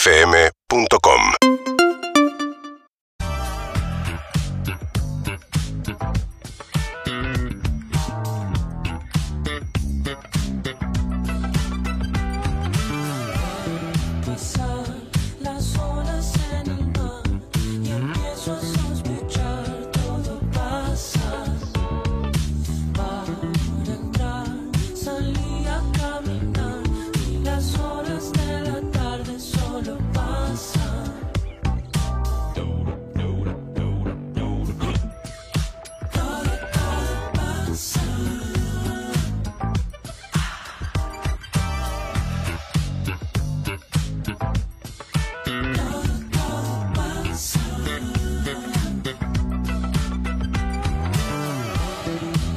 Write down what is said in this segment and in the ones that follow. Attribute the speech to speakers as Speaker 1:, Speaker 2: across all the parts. Speaker 1: UrbanaPlayFM.com
Speaker 2: Pasar las horas en el mar y empiezo a sospechar todo pasa para entrar salí a caminar y las horas de la tarde solo pasan todo pasa todo pasa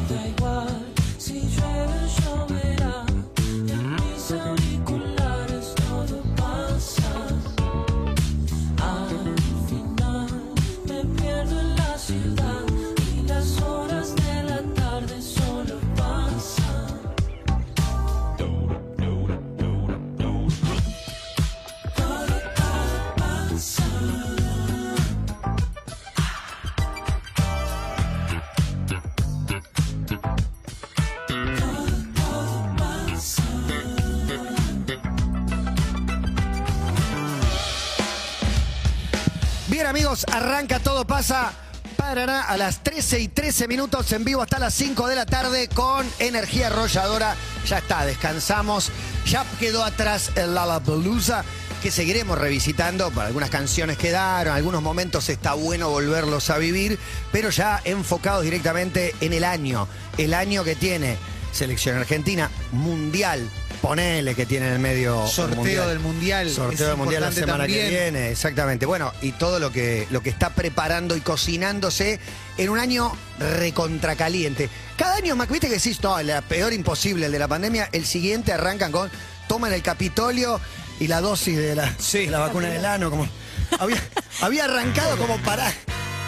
Speaker 2: Da igual, si llueve lloverá, en mis auriculares todo pasa. Al final me pierdo en la ciudad y las horas de la tarde solo pasan. Todo pasa. Todo pasa.
Speaker 3: Bien amigos, arranca todo pasa Paraná a las 13 y 13 minutos en vivo hasta las 5 de la tarde con energía arrolladora. Ya está, descansamos. Ya quedó atrás el Lollapalooza que seguiremos revisitando. Para algunas canciones quedaron, algunos momentos está bueno volverlos a vivir, pero ya enfocados directamente en el año. El año que tiene selección argentina, mundial. Ponele que tiene en el medio. el
Speaker 4: Sorteo
Speaker 3: mundial.
Speaker 4: del Mundial,
Speaker 3: Sorteo
Speaker 4: es
Speaker 3: del mundial la
Speaker 4: importante
Speaker 3: semana que
Speaker 4: también.
Speaker 3: viene. Tiene, Exactamente. Bueno, y todo lo que, lo que está preparando y cocinándose en un año recontracaliente. Cada año, Mac, viste que decís, no, la peor imposible, el de la pandemia, el siguiente arrancan con, toman el Capitolio y la dosis de la, de la vacuna del ano. Como, había, había arrancado como para,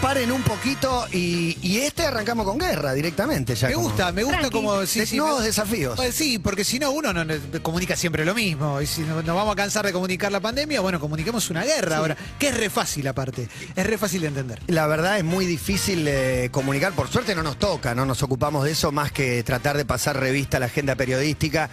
Speaker 3: paren un poquito y, y este arrancamos con guerra directamente. Ya
Speaker 4: Me
Speaker 3: como-
Speaker 4: gusta, me gusta
Speaker 5: Tranqui.
Speaker 4: como...
Speaker 3: De-
Speaker 4: me-
Speaker 3: nuevos desafíos.
Speaker 4: Pues sí, porque si no uno no, no- comunica siempre lo mismo. Y si no- nos vamos a cansar de comunicar la pandemia, bueno, comuniquemos una guerra ahora, que es re fácil aparte, es re fácil de entender.
Speaker 3: La verdad es muy difícil eh, comunicar, por suerte no nos toca, no nos ocupamos de eso más que tratar de pasar revista a la agenda periodística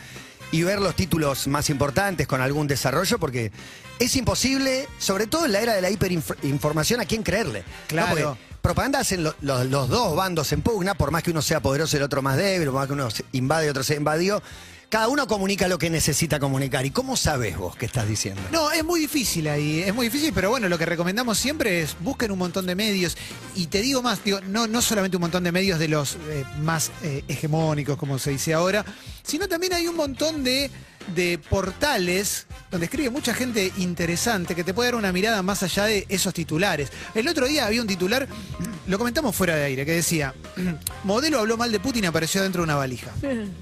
Speaker 3: y ver los títulos más importantes con algún desarrollo, porque es imposible, sobre todo en la era de la hiperinformación, a quién creerle. ¿no?
Speaker 4: Claro.
Speaker 3: Porque propaganda hacen lo- lo- los dos bandos en pugna, por más que uno sea poderoso y el otro más débil, por más que uno se invade y otro se invadió. Cada uno comunica lo que necesita comunicar. ¿Y cómo sabes vos qué estás diciendo?
Speaker 4: No, es muy difícil ahí, es muy difícil, pero bueno, lo que recomendamos siempre es busquen un montón de medios. Y te digo más, digo, no, no solamente un montón de medios de los eh, más eh, hegemónicos, como se dice ahora, sino también hay un montón de, de portales donde escribe mucha gente interesante que te puede dar una mirada más allá de esos titulares. El otro día había un titular, lo comentamos fuera de aire, que decía, modelo habló mal de Putin y apareció dentro de una valija.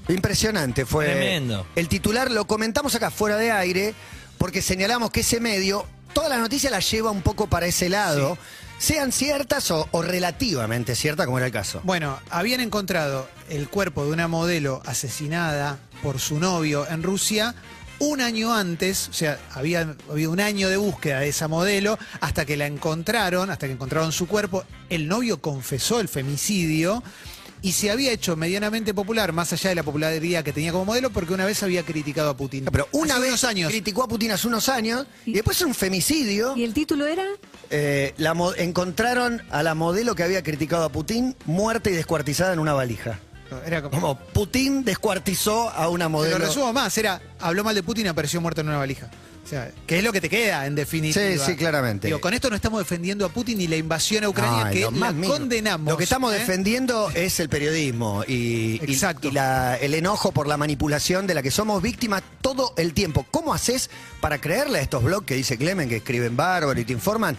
Speaker 3: Impresionante fue.
Speaker 6: Tremendo.
Speaker 3: El titular lo comentamos acá fuera de aire porque señalamos que ese medio, toda la noticia la lleva un poco para ese lado, sean ciertas o, o relativamente ciertas, como era el caso.
Speaker 4: Bueno, habían encontrado el cuerpo de una modelo asesinada por su novio en Rusia un año antes, o sea, había habido un año de búsqueda de esa modelo hasta que la encontraron, hasta que encontraron su cuerpo. El novio confesó el femicidio y se había hecho medianamente popular, más allá de la popularidad que tenía como modelo, porque una vez había criticado a Putin.
Speaker 3: Pero una
Speaker 4: Hace
Speaker 3: vez
Speaker 4: unos años.
Speaker 3: criticó a Putin hace unos años y después un femicidio.
Speaker 5: ¿Y el título era?
Speaker 3: Eh, la mo- encontraron a la modelo que había criticado a Putin muerta y descuartizada en una valija.
Speaker 4: Era como-
Speaker 3: Como Putin descuartizó a una
Speaker 4: Te
Speaker 3: modelo.
Speaker 4: Lo resumo más, era, habló mal de Putin y apareció muerto en una valija. O sea, que es lo que te queda, en definitiva.
Speaker 3: Sí, sí, claramente.
Speaker 4: Digo, con esto no estamos defendiendo a Putin ni la invasión a Ucrania,
Speaker 3: No,
Speaker 4: que
Speaker 3: lo
Speaker 4: la
Speaker 3: más mínimo.
Speaker 4: condenamos.
Speaker 3: Lo que estamos
Speaker 4: ¿eh?
Speaker 3: defendiendo es el periodismo y, y-
Speaker 4: Exacto.
Speaker 3: y la- el enojo por la manipulación de la que somos víctimas todo el tiempo. ¿Cómo haces para creerle a estos blogs que dice Clemen, que escriben bárbaro y te informan?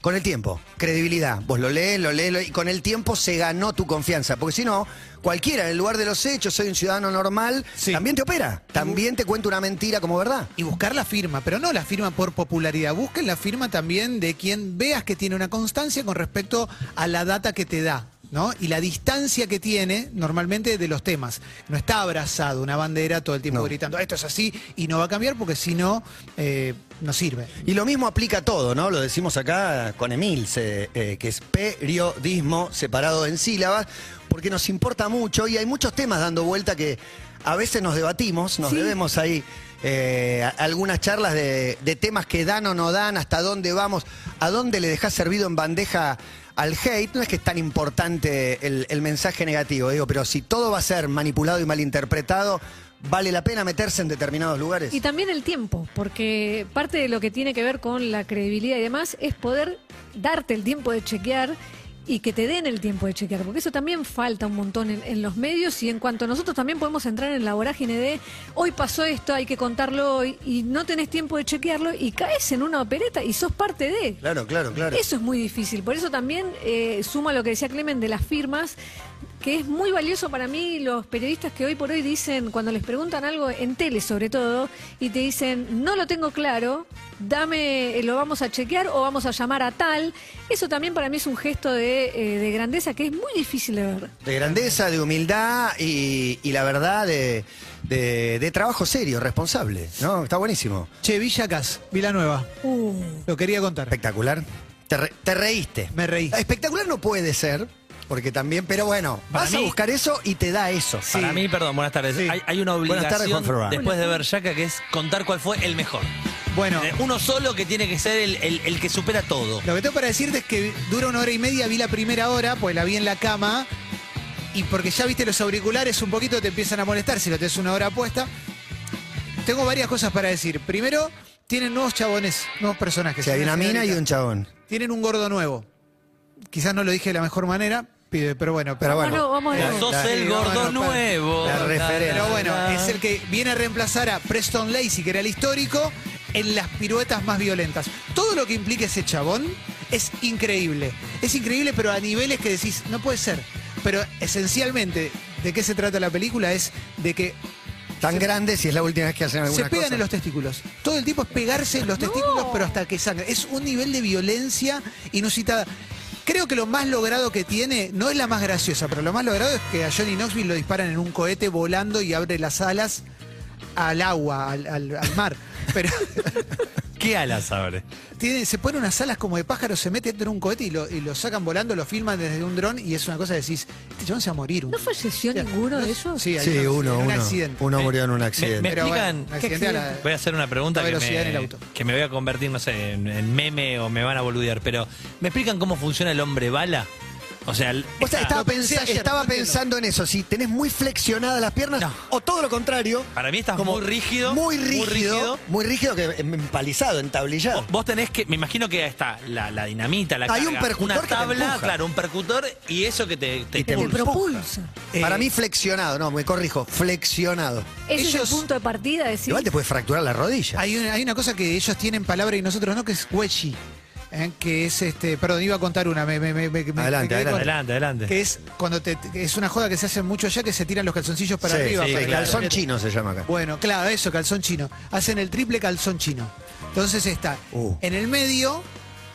Speaker 3: Con el tiempo, credibilidad. Vos lo lees, lo lees, lo lees, y con el tiempo se ganó tu confianza. Porque si no, cualquiera en el lugar de los hechos, soy un ciudadano normal,
Speaker 4: Sí.
Speaker 3: también te opera. También te cuenta una mentira como verdad.
Speaker 4: Y buscar la firma, pero no la firma por popularidad. Busquen la firma también de quien veas que tiene una constancia con respecto a la data que te da. ¿no? Y la distancia que tiene normalmente de los temas. No está abrazado una bandera todo el tiempo
Speaker 3: No.
Speaker 4: gritando, esto es así y no va a cambiar porque si no, eh, no sirve.
Speaker 3: Y lo mismo aplica a todo, ¿no? Lo decimos acá con Emil, se- eh, que es periodismo separado en sílabas, porque nos importa mucho y hay muchos temas dando vuelta que a veces nos debatimos, nos debemos ahí eh, a- algunas charlas de, de temas que dan o no dan, hasta dónde vamos, a dónde le dejás servido en bandeja al hate. No es que es tan importante el, el mensaje negativo, digo, pero si todo va a ser manipulado y malinterpretado, ¿vale la pena meterse en determinados lugares?
Speaker 5: Y también el tiempo, porque parte de lo que tiene que ver con la credibilidad y demás es poder darte el tiempo de chequear y que te den el tiempo de chequear, porque eso también falta un montón en, en los medios y en cuanto nosotros también podemos entrar en la vorágine de hoy pasó esto, hay que contarlo hoy y no tenés tiempo de chequearlo y caes en una opereta y sos parte de.
Speaker 3: Claro, claro, claro.
Speaker 5: Eso es muy difícil. Por eso también eh, suma lo que decía Clemen de las firmas, que es muy valioso para mí los periodistas que hoy por hoy dicen, cuando les preguntan algo en tele sobre todo, y te dicen, no lo tengo claro, dame, eh, lo vamos a chequear o vamos a llamar a tal. Eso también para mí es un gesto de, eh, de grandeza que es muy difícil de ver. Ah,
Speaker 3: De grandeza, de humildad y, y la verdad de, de- de trabajo serio, responsable. ¿No? Está buenísimo.
Speaker 4: Che, Villacas, Villanueva,
Speaker 5: Uh,
Speaker 4: lo quería contar.
Speaker 3: Espectacular. Te, re- te reíste.
Speaker 4: Me reí.
Speaker 3: Espectacular no puede ser, porque también, pero bueno,
Speaker 6: Para
Speaker 3: vas a
Speaker 6: mí-
Speaker 3: buscar eso y te da eso.
Speaker 6: Para mí, perdón, buenas tardes.
Speaker 4: Sí.
Speaker 6: Hay, hay una
Speaker 3: Buenas tardes, Juan
Speaker 6: obligación
Speaker 3: Ferrara.
Speaker 6: después de ver Yaca que es contar cuál fue el mejor.
Speaker 4: Bueno,
Speaker 6: Eh, Uno solo que tiene que ser el, el- el que supera todo.
Speaker 4: lo que tengo para decirte es que dura una hora y media, vi la primera hora, pues la vi en la cama, y porque ya viste los auriculares un poquito te empiezan a molestar si lo tenés una hora puesta. Tengo varias cosas para decir. Primero, tienen nuevos chabones, nuevos personajes.
Speaker 3: Si hay una mina y
Speaker 4: señorita.
Speaker 3: un chabón.
Speaker 4: Tienen un gordo nuevo. Quizás no lo dije de la mejor manera, pibe, pero bueno.
Speaker 3: Pero
Speaker 5: vamos, no,
Speaker 3: bueno. eh,
Speaker 5: vamos de
Speaker 6: Pero
Speaker 5: nuevo.
Speaker 6: sos
Speaker 3: la-
Speaker 6: el
Speaker 4: sí,
Speaker 6: gordo
Speaker 4: bueno, para-
Speaker 6: nuevo.
Speaker 3: la referencia.
Speaker 4: Pero bueno, es el que viene a reemplazar a Preston Lacey, que era el histórico, en las piruetas más violentas. Todo lo que implica ese chabón es increíble. Es increíble, pero a niveles que decís, no puede ser. Pero esencialmente, ¿de qué se trata la película? Es de que
Speaker 3: Tan grande si es la última vez que hacen alguna
Speaker 4: se pegan
Speaker 3: cosa.
Speaker 4: en los testículos. Todo el tiempo es pegarse en los testículos, pero hasta que sangre. Es un nivel de violencia inusitada. Creo que lo más logrado que tiene, no es la más graciosa, pero lo más logrado es que a Johnny Knoxville lo disparan en un cohete volando y abre las alas al agua, al, al- al mar. Pero
Speaker 6: ¿Qué alas abre?
Speaker 4: tiene, se pone unas alas como de pájaro, se mete dentro de un cohete y lo, y lo sacan volando, lo filman desde un dron y es una cosa que decís, este chabón se va a morir. un
Speaker 5: ¿No
Speaker 4: día".
Speaker 5: falleció ninguno de ellos?
Speaker 4: Sí, hay
Speaker 3: Sí, uno,
Speaker 4: en un
Speaker 3: uno.
Speaker 4: accidente.
Speaker 3: Uno murió en un accidente.
Speaker 6: me-
Speaker 4: Pero bueno,
Speaker 6: ¿Qué
Speaker 4: un accidente a la-
Speaker 5: accidente?
Speaker 6: Voy a hacer una pregunta
Speaker 4: La
Speaker 6: que
Speaker 4: velocidad
Speaker 6: me,
Speaker 4: en el auto.
Speaker 6: que me voy a convertir, no sé, en, en meme o me van a boludear, pero ¿me explican cómo funciona el hombre bala? O sea, el-
Speaker 3: O sea,
Speaker 6: esta-
Speaker 3: estaba,
Speaker 4: lo pensé
Speaker 3: pensa-
Speaker 4: ayer,
Speaker 3: estaba
Speaker 4: no entiendo.
Speaker 3: pensando en eso, si tenés muy flexionadas las piernas
Speaker 6: No.
Speaker 3: o todo lo contrario.
Speaker 6: para mí estás muy rígido.
Speaker 3: Muy rígido. Muy rígido, que em, empalizado, entablillado.
Speaker 6: Vos- Vos tenés que, me imagino que está la, la dinamita, la
Speaker 3: Hay un
Speaker 6: carga,
Speaker 3: percutor que
Speaker 6: una
Speaker 3: te
Speaker 6: tabla,
Speaker 3: empuja.
Speaker 6: claro, un percutor y eso que te, te
Speaker 3: Y te
Speaker 5: Te
Speaker 6: impulsa.
Speaker 5: propulsa.
Speaker 3: Para
Speaker 4: Eh,
Speaker 3: mí flexionado, no, me corrijo, flexionado.
Speaker 5: Ese
Speaker 4: Ellos-
Speaker 5: es el punto de partida, decir,
Speaker 3: Igual te puede fracturar la rodilla.
Speaker 4: Hay una, hay una cosa que ellos tienen palabra y nosotros no, que es huechi. ¿eh? Que es este. Perdón, iba a contar una. Me, me- me- me- me-
Speaker 3: Adelante,
Speaker 4: me
Speaker 3: adelante.
Speaker 4: quedé con-
Speaker 6: Adelante, adelante.
Speaker 4: Que es cuando te, te- es una joda que se hace mucho allá que se tiran los calzoncillos para
Speaker 3: Sí,
Speaker 4: arriba.
Speaker 3: sí,
Speaker 4: para-
Speaker 3: el
Speaker 6: claro.
Speaker 3: calzón chino se llama acá.
Speaker 4: Bueno, claro, eso, calzón chino. Hacen el triple calzón chino. Entonces está.
Speaker 3: Uh.
Speaker 4: En el medio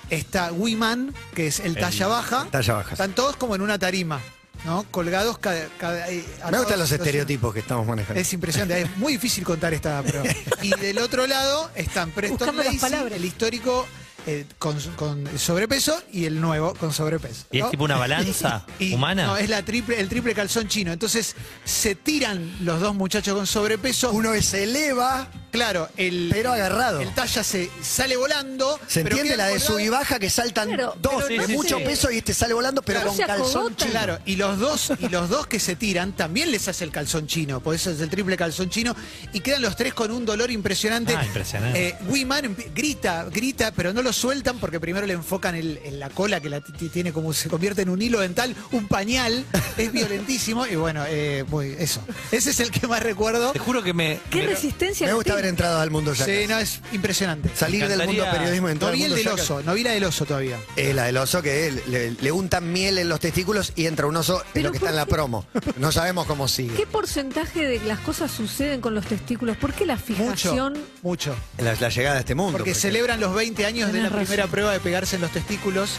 Speaker 4: está Wiman, que es el, talla baja.
Speaker 3: Talla baja.
Speaker 4: Están todos como en una tarima, ¿no? Colgados cada. cada- eh,
Speaker 3: Me gustan
Speaker 4: atados-
Speaker 3: los estereotipos que estamos manejando.
Speaker 4: es impresionante, es muy difícil contar esta prueba. Y del otro lado están Preston
Speaker 5: Buscando las
Speaker 4: Lacey,
Speaker 5: palabras.
Speaker 4: el histórico eh, con, con sobrepeso y el nuevo con sobrepeso.
Speaker 6: Y es
Speaker 4: ¿no?
Speaker 6: tipo una balanza
Speaker 4: Y-
Speaker 6: humana.
Speaker 4: No, es la triple, el triple calzón chino. Entonces se tiran los dos muchachos con sobrepeso.
Speaker 3: Uno se eleva,
Speaker 4: Claro, el,
Speaker 3: pero agarrado.
Speaker 4: el talla se sale volando.
Speaker 3: ¿Se
Speaker 4: pero
Speaker 3: entiende
Speaker 4: queda
Speaker 3: la de
Speaker 4: colgado.
Speaker 3: sub y baja que saltan
Speaker 5: Claro,
Speaker 3: dos
Speaker 5: pero
Speaker 3: de
Speaker 6: no se-
Speaker 3: mucho peso y este sale volando, pero
Speaker 5: Claro,
Speaker 3: con
Speaker 5: se
Speaker 3: calzón
Speaker 5: acogotan.
Speaker 3: chino.
Speaker 4: Claro, y los dos, y los dos que se tiran también les hace el calzón chino, por eso es el triple calzón chino, y quedan los tres con un dolor impresionante.
Speaker 6: Ah, impresionante.
Speaker 4: Eh, Wiman empi- grita, grita, pero no lo sueltan porque primero le enfocan el- en la cola que la t- t- tiene como se convierte en un hilo dental, un pañal, es violentísimo, y bueno, eh, muy- eso. Ese es el que más recuerdo.
Speaker 6: Te juro que me.
Speaker 5: qué
Speaker 6: me-
Speaker 5: resistencia
Speaker 3: Me
Speaker 5: que
Speaker 3: gusta haber
Speaker 5: tiene.
Speaker 3: entrado al mundo ya.
Speaker 4: Sí, no, es impresionante.
Speaker 3: Salir
Speaker 6: Me
Speaker 3: del mundo
Speaker 6: encantaría-
Speaker 3: periodismo y entrar
Speaker 4: No
Speaker 3: al
Speaker 4: vi el
Speaker 3: mundo
Speaker 4: del
Speaker 3: yaca.
Speaker 4: oso, no vi la del oso todavía.
Speaker 3: Es la del oso que le, le- le untan miel en los testículos y entra un oso, es
Speaker 5: Pero
Speaker 3: lo que está
Speaker 5: ¿por
Speaker 3: en la
Speaker 5: qué?
Speaker 3: promo. No sabemos cómo sigue.
Speaker 5: ¿Qué porcentaje de las cosas suceden con los testículos? ¿Por qué la
Speaker 4: Mucho,
Speaker 5: fijación?
Speaker 4: mucho.
Speaker 3: La, la llegada de este mundo.
Speaker 4: Porque celebran los 20 años de
Speaker 5: Tenés
Speaker 4: la
Speaker 5: razón.
Speaker 4: primera prueba de pegarse en los testículos.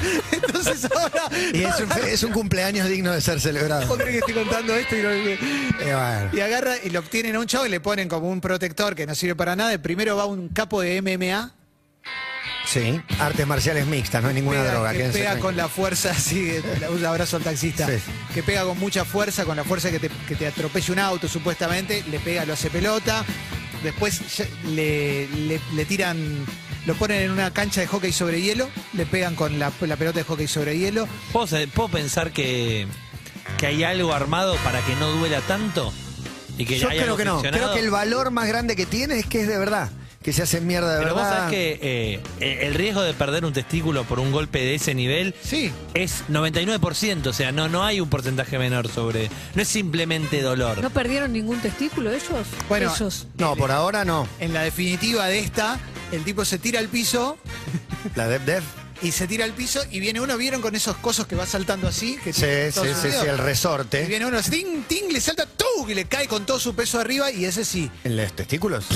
Speaker 4: Entonces ahora.
Speaker 3: Y es un, es un cumpleaños digno de ser celebrado.
Speaker 4: ¿Cómo crees que estoy contando esto? Y, no-
Speaker 3: Eh, bueno.
Speaker 4: y agarra y lo obtienen a un chavo y le ponen como un protector que no sirve para nada. Y primero va un capo de MMA.
Speaker 3: Sí, artes marciales mixtas, no hay ninguna
Speaker 4: pega-
Speaker 3: droga.
Speaker 4: que
Speaker 3: quédense
Speaker 4: pega
Speaker 3: tranquilos.
Speaker 4: con la fuerza, así, de- un abrazo al taxista,
Speaker 3: Sí.
Speaker 4: que pega con mucha fuerza, con la fuerza que te, que te atropella un auto supuestamente, le pega, lo hace pelota, después ya- le, le- le tiran, lo ponen en una cancha de hockey sobre hielo, le pegan con la, la pelota de hockey sobre hielo,
Speaker 6: ¿Puedo, sa- puedo pensar que, que hay algo armado para que no duela tanto? Y que
Speaker 3: Yo
Speaker 6: haya
Speaker 3: creo
Speaker 6: algo
Speaker 3: que no. Creo
Speaker 6: ficcionado?
Speaker 3: que el valor más grande que tiene es que es de verdad. Que se hace mierda de
Speaker 6: Pero vos
Speaker 3: verdad.
Speaker 6: sabés que eh, eh, el riesgo de perder un testículo por un golpe de ese nivel
Speaker 4: Sí.
Speaker 6: es 99%, o sea, no, no hay un porcentaje menor sobre... No es simplemente dolor.
Speaker 5: ¿No perdieron ningún testículo ellos?
Speaker 4: Bueno,
Speaker 5: ellos.
Speaker 3: No, por ahora no.
Speaker 4: en la definitiva de esta, el tipo se tira al piso
Speaker 3: La Def Def.
Speaker 4: y se tira al piso y viene uno, ¿vieron con esos cosos que va saltando así? Que
Speaker 3: Sí,
Speaker 4: tiene
Speaker 3: sí,
Speaker 4: Estados
Speaker 3: sí, sí,
Speaker 4: Unidos?
Speaker 3: el
Speaker 4: Y
Speaker 3: resorte.
Speaker 4: viene uno, ting, ting, le salta, ¡tú! Y le cae con todo su peso arriba y ese sí.
Speaker 3: ¿En los testículos?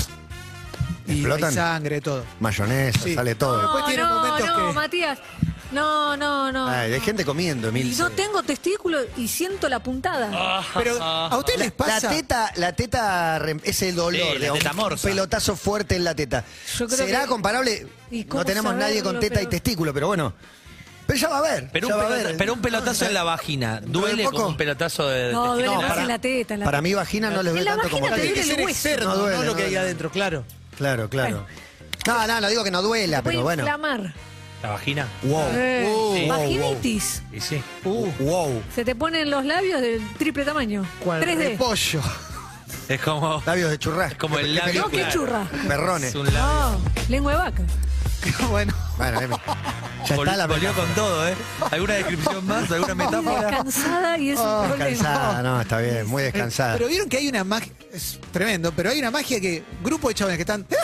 Speaker 4: Y
Speaker 3: ¿Explotan?
Speaker 4: hay sangre, todo.
Speaker 3: Mayonesa,
Speaker 4: Sí.
Speaker 3: sale todo.
Speaker 4: después
Speaker 5: No,
Speaker 4: tiene
Speaker 5: no,
Speaker 4: momentos
Speaker 5: no,
Speaker 4: que-
Speaker 5: Matías. No, no, no.
Speaker 3: Ay, hay
Speaker 5: no.
Speaker 3: gente comiendo,
Speaker 5: Y
Speaker 3: Emilce.
Speaker 5: no tengo testículo y siento la puntada.
Speaker 4: Pero a ustedes les
Speaker 3: La
Speaker 4: pasa.
Speaker 3: teta, la teta rem- es el dolor,
Speaker 6: Sí, la
Speaker 3: digamos,
Speaker 6: teta morsa.
Speaker 3: un pelotazo fuerte en la teta.
Speaker 5: Yo creo
Speaker 3: ¿Será
Speaker 5: que-
Speaker 3: comparable?
Speaker 5: ¿Y
Speaker 3: No
Speaker 5: cómo
Speaker 3: tenemos nadie con
Speaker 5: saberlo,
Speaker 3: teta y
Speaker 5: pero-
Speaker 3: testículo, pero bueno. Pero ya va a ver.
Speaker 6: Pero
Speaker 3: ya
Speaker 6: un,
Speaker 3: va a
Speaker 6: pelota-
Speaker 3: ver.
Speaker 6: pero un pelotazo en la vagina,
Speaker 3: Dentro de
Speaker 6: ¿duele
Speaker 3: poco.
Speaker 6: como un pelotazo de
Speaker 5: no, duele
Speaker 6: testículo?
Speaker 5: más
Speaker 3: para-
Speaker 5: en la teta. en la
Speaker 3: Para
Speaker 5: teta.
Speaker 3: mí vagina no les
Speaker 5: En
Speaker 3: veo
Speaker 5: la
Speaker 3: tanto como
Speaker 5: vagina te
Speaker 4: Hay
Speaker 3: teta.
Speaker 5: duele
Speaker 4: que
Speaker 5: el
Speaker 4: ser
Speaker 5: hueso.
Speaker 4: externo,
Speaker 3: No
Speaker 4: no,
Speaker 3: duele,
Speaker 4: lo
Speaker 3: no
Speaker 4: que hay
Speaker 3: duele.
Speaker 4: adentro, claro.
Speaker 3: Claro, claro. No, no, no digo que no duela,
Speaker 5: Puede
Speaker 3: pero bueno. Uh,
Speaker 5: inflamar.
Speaker 6: La vagina.
Speaker 3: Wow.
Speaker 5: Eh,
Speaker 3: wow, wow.
Speaker 5: vaginitis.
Speaker 6: Y sí.
Speaker 3: Uh, wow.
Speaker 5: Se te ponen los labios del triple tamaño.
Speaker 4: Cual
Speaker 5: 3D.
Speaker 4: repollo.
Speaker 6: Es como...
Speaker 3: Labios de churrasco.
Speaker 6: Como el
Speaker 3: Qué
Speaker 6: labio,
Speaker 3: película.
Speaker 5: No, qué
Speaker 6: claro.
Speaker 5: churra.
Speaker 3: Perrones.
Speaker 6: Es un labio.
Speaker 5: No, lengua de vaca.
Speaker 4: bueno.
Speaker 3: Bueno, em- ya
Speaker 6: Vol-
Speaker 3: está la
Speaker 6: volvió
Speaker 3: metáfora.
Speaker 6: con todo, ¿eh? ¿Alguna descripción más? ¿Alguna metáfora?
Speaker 5: Descansada y es un
Speaker 4: Oh,
Speaker 5: problema.
Speaker 3: Descansada, Ah, no, está bien, muy descansada.
Speaker 4: Pero vieron que hay una magia. Es tremendo, pero hay una magia que. Grupo de chavales que están.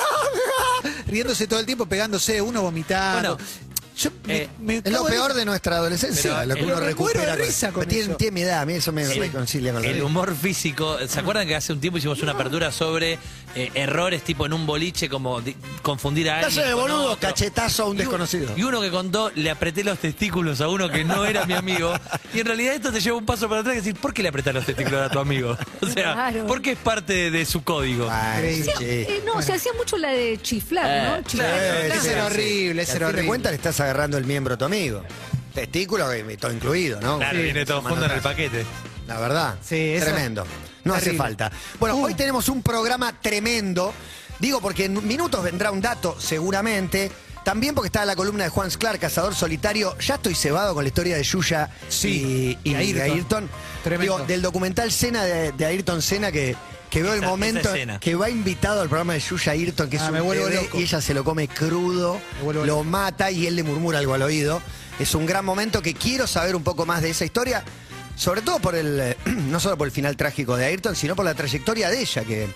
Speaker 4: riéndose todo el tiempo, pegándose, uno vomitando.
Speaker 6: Bueno,
Speaker 4: Yo me-
Speaker 6: eh,
Speaker 4: me
Speaker 3: Es lo
Speaker 4: cago en-
Speaker 3: peor de nuestra adolescencia,
Speaker 6: Pero
Speaker 3: lo que
Speaker 6: el-
Speaker 3: uno
Speaker 4: me muero de
Speaker 3: recupera.
Speaker 4: risa con
Speaker 3: Me tiene,
Speaker 4: eso.
Speaker 3: tiene mi edad, a mí eso me
Speaker 6: El-
Speaker 3: reconcilia con la
Speaker 6: El
Speaker 3: vida.
Speaker 6: humor físico, ¿se acuerdan que hace un tiempo hicimos una apertura sobre eh, errores tipo en un boliche, como di- confundir a alguien?
Speaker 3: Clase de
Speaker 6: con
Speaker 3: boludo,
Speaker 6: otro?
Speaker 3: cachetazo a un desconocido.
Speaker 6: Y uno que contó, le apreté los testículos a uno que no era mi amigo. Y en realidad esto te lleva un paso para atrás y decir, ¿por qué le apretas los testículos a tu amigo? O sea,
Speaker 5: Claro.
Speaker 6: porque es parte de, de su código.
Speaker 3: Ay,
Speaker 5: Sí,
Speaker 3: sí.
Speaker 5: eh, no, se hacía mucho la de chiflar, ¿no? Chiflar.
Speaker 3: Sí,
Speaker 4: Ese
Speaker 3: sí,
Speaker 4: era
Speaker 3: sí.
Speaker 4: horrible, ese
Speaker 3: Al
Speaker 4: era
Speaker 3: fin de
Speaker 4: horrible.
Speaker 3: cuentas le estás agarrando el miembro a tu amigo. Testículo, eh, todo incluido, ¿no?
Speaker 6: Claro,
Speaker 3: Sí,
Speaker 6: viene todo
Speaker 3: mano
Speaker 6: junto en el
Speaker 3: atrás.
Speaker 6: paquete.
Speaker 3: La verdad.
Speaker 4: Sí, eso-
Speaker 3: Tremendo. No hace
Speaker 4: Terrible. Uh.
Speaker 3: falta. Bueno, hoy tenemos un programa tremendo. Digo porque en minutos vendrá un dato, seguramente. También porque está la columna de Juan Sclar, Cazador Solitario. Ya estoy cebado con la historia de Yuya
Speaker 4: Sí,
Speaker 3: y, y
Speaker 4: y Ayrton.
Speaker 3: de Ayrton.
Speaker 4: Tremendo.
Speaker 3: Digo, del documental Cena de, de Ayrton Senna que, que veo el
Speaker 6: Esa-
Speaker 3: momento
Speaker 6: esa escena.
Speaker 3: que va invitado al programa de Yuya Ayrton, que es
Speaker 4: Ah,
Speaker 3: un
Speaker 4: me vuelvo
Speaker 3: bebé,
Speaker 4: loco.
Speaker 3: y ella se lo come crudo,
Speaker 4: Me
Speaker 3: lo
Speaker 4: vuelvo loco.
Speaker 3: mata y él le murmura algo al oído. Es un gran momento que quiero saber un poco más de esa historia, sobre todo por el, eh, no solo por el final trágico de Ayrton, sino por la trayectoria de ella, que,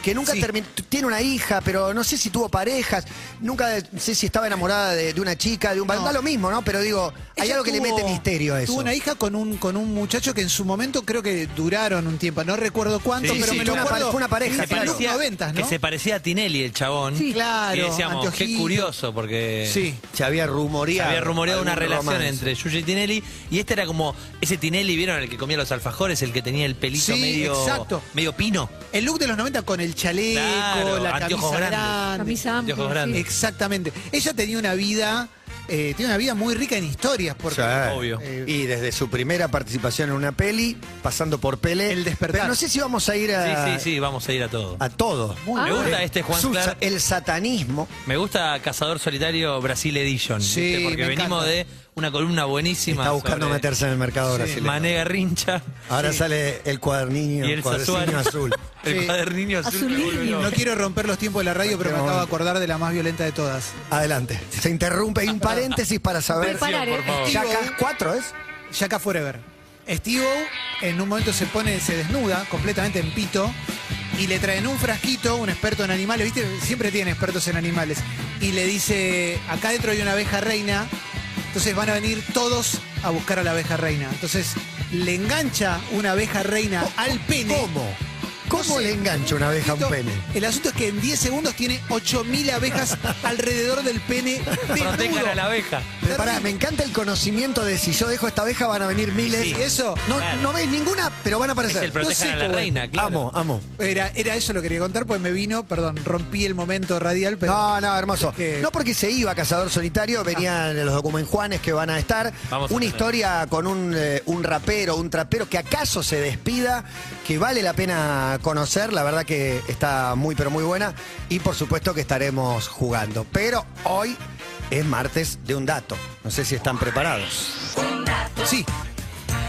Speaker 3: que nunca
Speaker 4: Sí.
Speaker 3: terminó, tiene una hija, pero no sé si tuvo parejas, nunca sé si estaba enamorada de, de una chica, de un varón,
Speaker 4: No.
Speaker 3: da lo mismo, ¿no? Pero digo, hay
Speaker 4: Ella
Speaker 3: algo que le
Speaker 4: tuvo-
Speaker 3: mete misterio a eso.
Speaker 4: Tuvo una hija con un, con un muchacho que en su momento creo que duraron un tiempo. No recuerdo cuánto,
Speaker 6: Sí,
Speaker 4: pero
Speaker 6: sí,
Speaker 4: me
Speaker 6: fue
Speaker 4: lo
Speaker 6: una
Speaker 4: acuerdo.
Speaker 3: pa- fue una pareja,
Speaker 6: Que
Speaker 4: en
Speaker 3: claro.
Speaker 4: los
Speaker 6: parecía-
Speaker 4: 90, ¿no?
Speaker 6: Que se parecía a Tinelli, el chabón.
Speaker 5: Sí,
Speaker 6: Y
Speaker 4: claro.
Speaker 6: decíamos, qué
Speaker 4: anteojito.
Speaker 6: curioso, porque
Speaker 4: Sí.
Speaker 3: Se había
Speaker 6: se
Speaker 3: rumoreado.
Speaker 6: había rumoreado una
Speaker 3: algún
Speaker 6: relación
Speaker 3: romance.
Speaker 6: entre Yuya y Tinelli. Y este era como ese Tinelli, ¿vieron? El que comía los alfajores, el que tenía el pelito
Speaker 4: Sí,
Speaker 6: medio,
Speaker 4: exacto.
Speaker 6: medio pino.
Speaker 4: El look de los 90 con el chaleco,
Speaker 6: Claro,
Speaker 4: la
Speaker 6: anteojos
Speaker 4: camisa
Speaker 6: grandes.
Speaker 4: grande.
Speaker 5: Camisa amplia.
Speaker 6: Anteojos grandes.
Speaker 5: sí.
Speaker 4: Exactamente. Ella tenía una vida, eh, tiene una vida muy rica en historias, porque
Speaker 3: Sí.
Speaker 6: Obvio.
Speaker 4: Eh,
Speaker 3: y desde su primera participación en una peli, pasando por Pele.
Speaker 4: El despertar.
Speaker 3: Pero no sé si vamos a ir
Speaker 6: Sí,
Speaker 4: Ah.
Speaker 3: a,
Speaker 6: sí, sí, vamos a ir a todo.
Speaker 3: a todo.
Speaker 4: Muy
Speaker 5: Ah.
Speaker 6: Me
Speaker 5: bien.
Speaker 6: gusta este Juan
Speaker 3: Su-
Speaker 6: Clark.
Speaker 3: El satanismo.
Speaker 6: Me gusta Cazador Solitario Brasil Edition.
Speaker 4: Sí,
Speaker 6: ¿viste? Porque
Speaker 4: me
Speaker 6: venimos
Speaker 4: encanta.
Speaker 6: de una columna buenísima.
Speaker 3: Está buscando
Speaker 6: sobre
Speaker 3: meterse en el mercado
Speaker 4: Sí,
Speaker 3: brasileño.
Speaker 6: Manega Rincha
Speaker 3: Ahora sale el cuadernillo,
Speaker 6: y el
Speaker 3: cuadernillo
Speaker 6: Sasuano.
Speaker 3: azul.
Speaker 6: El
Speaker 4: Sí.
Speaker 6: cuadernillo azul. me
Speaker 5: Azulini.
Speaker 6: vuelve loco.
Speaker 4: no quiero romper los tiempos de la radio, pero me
Speaker 3: Qué
Speaker 4: acabo de
Speaker 3: momento.
Speaker 4: acordar de la más violenta de todas.
Speaker 3: Adelante. Se interrumpe. Hay un paréntesis para saber.
Speaker 5: Preparar,
Speaker 6: por
Speaker 5: eh.
Speaker 6: favor.
Speaker 3: Ya acá, cuatro es.
Speaker 4: Yaka Forever. Steve en un momento se pone, se desnuda completamente en pito y le traen un frasquito, un experto en animales, ¿viste? Siempre tienen expertos en animales. Y le dice, acá dentro hay una abeja reina, entonces van a venir todos a buscar a la abeja reina. Entonces le engancha una abeja reina al pene.
Speaker 3: ¿Cómo? ¿Cómo le engancha una abeja a un
Speaker 4: Esto-
Speaker 3: pene?
Speaker 4: El asunto es que en 10 segundos tiene 8.000 abejas alrededor del pene
Speaker 6: Protejan a la
Speaker 4: desnudo.
Speaker 6: abeja.
Speaker 3: Pero pará, me encanta el conocimiento de si yo dejo esta abeja van a venir miles.
Speaker 6: Sí.
Speaker 4: Eso
Speaker 3: No,
Speaker 6: Claro.
Speaker 3: no veis ninguna, pero van a
Speaker 6: Es
Speaker 3: aparecer.
Speaker 6: el protejan
Speaker 4: sé
Speaker 6: a la
Speaker 4: cómo-
Speaker 6: reina, claro.
Speaker 3: Amo, amo.
Speaker 4: era, era eso lo que quería contar, pues me vino, perdón, rompí el momento radial, pero
Speaker 3: No, no, hermoso.
Speaker 4: que-
Speaker 3: No porque se iba a Cazador Solitario, venían los documentuanes que van a estar.
Speaker 6: Vamos a
Speaker 3: una
Speaker 6: tener.
Speaker 3: historia con un, eh, un rapero, un trapero que acaso se despida, que vale la pena conocer. La verdad que está muy, pero muy buena. Y por supuesto que estaremos jugando. Pero hoy es martes de un dato. No sé si están preparados.
Speaker 4: sí,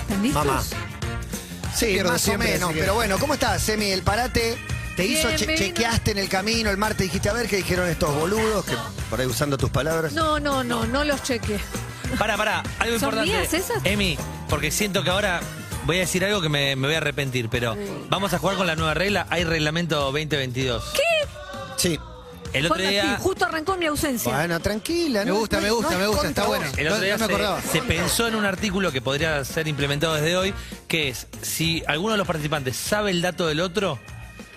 Speaker 5: ¿Están listos?
Speaker 3: Mamá. Sí,
Speaker 4: Pierdo
Speaker 3: más
Speaker 4: siempre,
Speaker 3: o menos.
Speaker 4: así que-
Speaker 3: Pero bueno, ¿cómo estás, Semi? El parate. Te hizo,
Speaker 5: Bien,
Speaker 3: che-
Speaker 5: me vino-
Speaker 3: chequeaste en el camino, el martes dijiste, a ver qué dijeron estos boludos, que por ahí usando tus palabras.
Speaker 5: No, no, no, no los chequeé.
Speaker 6: Pará, pará, algo
Speaker 5: ¿Son
Speaker 6: importante.
Speaker 5: mías esas?
Speaker 6: Emi, porque siento que ahora voy a decir algo que me, me voy a arrepentir, pero vamos a jugar con la nueva regla. Hay reglamento 2022. ¿Qué?
Speaker 3: Sí.
Speaker 6: El otro
Speaker 5: Juan Martín,
Speaker 6: día.
Speaker 5: justo arrancó mi ausencia.
Speaker 3: Bueno, tranquila.
Speaker 4: Me
Speaker 3: no-
Speaker 4: gusta,
Speaker 3: no-
Speaker 4: me gusta,
Speaker 3: no es
Speaker 4: me gusta, está
Speaker 3: contra
Speaker 4: bueno.
Speaker 3: vos.
Speaker 6: El otro
Speaker 4: No-
Speaker 6: día
Speaker 4: no me acordaba.
Speaker 6: se, se pensó en un artículo que podría ser implementado desde hoy, que es si alguno de los participantes sabe el dato del otro,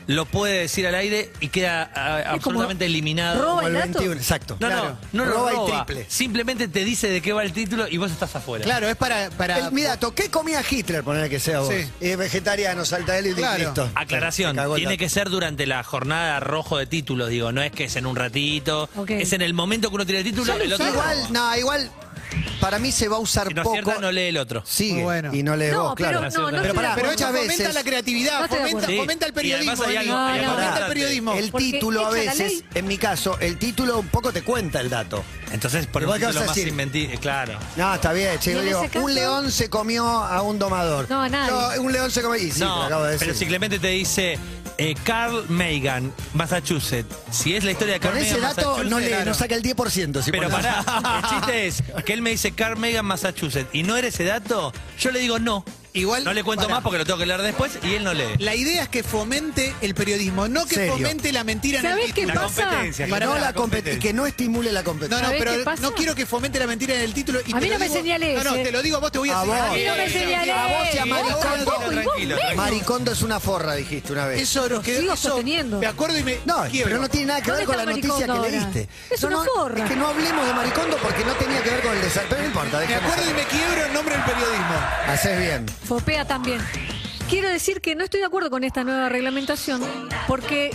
Speaker 6: lo puede decir al aire y queda ah,
Speaker 5: como
Speaker 6: absolutamente eliminado.
Speaker 5: roba
Speaker 3: Como el
Speaker 5: el dato.
Speaker 3: 21, exacto.
Speaker 6: No,
Speaker 4: Claro.
Speaker 6: no, no
Speaker 3: Roba y
Speaker 6: lo roba.
Speaker 3: triple.
Speaker 6: Simplemente te dice de qué va el título y vos estás afuera.
Speaker 4: Claro, es para... para
Speaker 3: El- mi dato, ¿qué comía Hitler? Poner que sea vos.
Speaker 4: Sí.
Speaker 3: Es vegetariano, salta él y
Speaker 4: Claro.
Speaker 3: listo.
Speaker 6: Aclaración,
Speaker 3: Se cagó el
Speaker 6: tiene
Speaker 3: dato.
Speaker 6: que ser durante la jornada rojo de títulos, digo, no es que es en un ratito,
Speaker 5: Ok.
Speaker 6: es en el momento que uno tiene el título,
Speaker 5: Ya lo
Speaker 6: el otro
Speaker 3: Igual, no, igual, para mí se va a usar
Speaker 6: si no
Speaker 3: poco.
Speaker 6: acierta, no lee el otro.
Speaker 3: Sigue
Speaker 4: Muy bueno.
Speaker 3: y no lees
Speaker 5: No,
Speaker 3: vos, claro.
Speaker 5: pero no, no
Speaker 6: Pero
Speaker 5: estoy
Speaker 3: pará,
Speaker 5: de
Speaker 4: Pero
Speaker 5: acuerdo.
Speaker 4: muchas
Speaker 3: muchas
Speaker 4: fomenta
Speaker 3: veces-
Speaker 4: la
Speaker 5: No
Speaker 4: creatividad,
Speaker 5: estoy de
Speaker 4: fomenta,
Speaker 5: acuerdo.
Speaker 4: fomenta el
Speaker 6: Sí, y además
Speaker 4: periodismo.
Speaker 6: hay
Speaker 4: Eli,
Speaker 6: algo-
Speaker 5: hay
Speaker 4: Fomenta
Speaker 5: algo
Speaker 4: el
Speaker 6: importante.
Speaker 4: periodismo.
Speaker 3: El
Speaker 5: Porque
Speaker 3: título a
Speaker 5: echa la
Speaker 3: veces,
Speaker 5: ley.
Speaker 3: en mi caso, el título un poco te cuenta el dato.
Speaker 6: Entonces, por
Speaker 3: ¿Y
Speaker 6: un
Speaker 3: vos qué vas
Speaker 6: título
Speaker 3: a
Speaker 6: más
Speaker 3: decir?
Speaker 6: inventi- eh, claro.
Speaker 3: No, está bien, che,
Speaker 5: Y en
Speaker 3: digo,
Speaker 5: ese caso-
Speaker 3: un león se comió a un domador.
Speaker 5: No, a nadie.
Speaker 3: No, un león se comió. Y sí, te lo
Speaker 6: no,
Speaker 3: acabo de decir.
Speaker 6: pero si Clemente te dice eh, Carl Megan, Massachusetts, si es la historia de Carl
Speaker 3: Con ese
Speaker 6: Megan,
Speaker 3: dato no,
Speaker 6: Massachusetts,
Speaker 3: le, no saca el 10%. Si
Speaker 6: Pero
Speaker 3: pones-
Speaker 6: pará, el chiste es que él me dice Carl Megan, Massachusetts, y no era ese dato, yo le digo no.
Speaker 4: Igual,
Speaker 6: No le cuento
Speaker 4: pará.
Speaker 6: más porque lo tengo que leer después y él no lee.
Speaker 4: La idea es que fomente el periodismo, no que
Speaker 3: Serio.
Speaker 4: fomente la mentira en el
Speaker 5: ¿Sabés qué
Speaker 4: título.
Speaker 6: La
Speaker 5: pasa?
Speaker 6: competencia.
Speaker 3: Y,
Speaker 4: Para
Speaker 3: no
Speaker 4: la
Speaker 3: la compet- y que no estimule la
Speaker 4: No,
Speaker 3: competencia.
Speaker 4: no,
Speaker 5: ¿Sabés qué
Speaker 4: pero
Speaker 5: pasa?
Speaker 4: no quiero que fomente la mentira en el título. Y
Speaker 5: A mí
Speaker 4: te
Speaker 5: no
Speaker 4: lo
Speaker 5: me
Speaker 4: digo-
Speaker 5: señales,
Speaker 4: No, no,
Speaker 5: eh.
Speaker 4: te lo digo, vos te voy a,
Speaker 3: A
Speaker 4: señalar.
Speaker 3: vos. A mí no me
Speaker 5: señales.
Speaker 4: A vos y a Maricón.
Speaker 5: Tranquilo,
Speaker 4: vos-
Speaker 5: tranquilo, tranquilo.
Speaker 3: Maricondo es una forra, dijiste una vez.
Speaker 4: Eso nos quedó.
Speaker 5: sigo
Speaker 4: eso-
Speaker 5: sosteniendo.
Speaker 4: Me acuerdo y me.
Speaker 3: no,
Speaker 4: quiebro.
Speaker 3: pero no tiene nada que ver
Speaker 5: ¿Dónde
Speaker 3: con la
Speaker 5: está
Speaker 3: noticia que
Speaker 5: Maricondo
Speaker 3: le
Speaker 5: ahora?
Speaker 3: diste.
Speaker 5: Es
Speaker 3: No,
Speaker 5: una
Speaker 3: no,
Speaker 5: forra.
Speaker 3: Es que no hablemos de Maricondo porque no tenía que ver con el desastre. Pero no importa,
Speaker 4: Me
Speaker 3: dejemos.
Speaker 4: acuerdo y me quiebro en nombre del periodismo.
Speaker 3: Haces bien.
Speaker 5: Fopea también. Quiero decir que no estoy de acuerdo con esta nueva reglamentación porque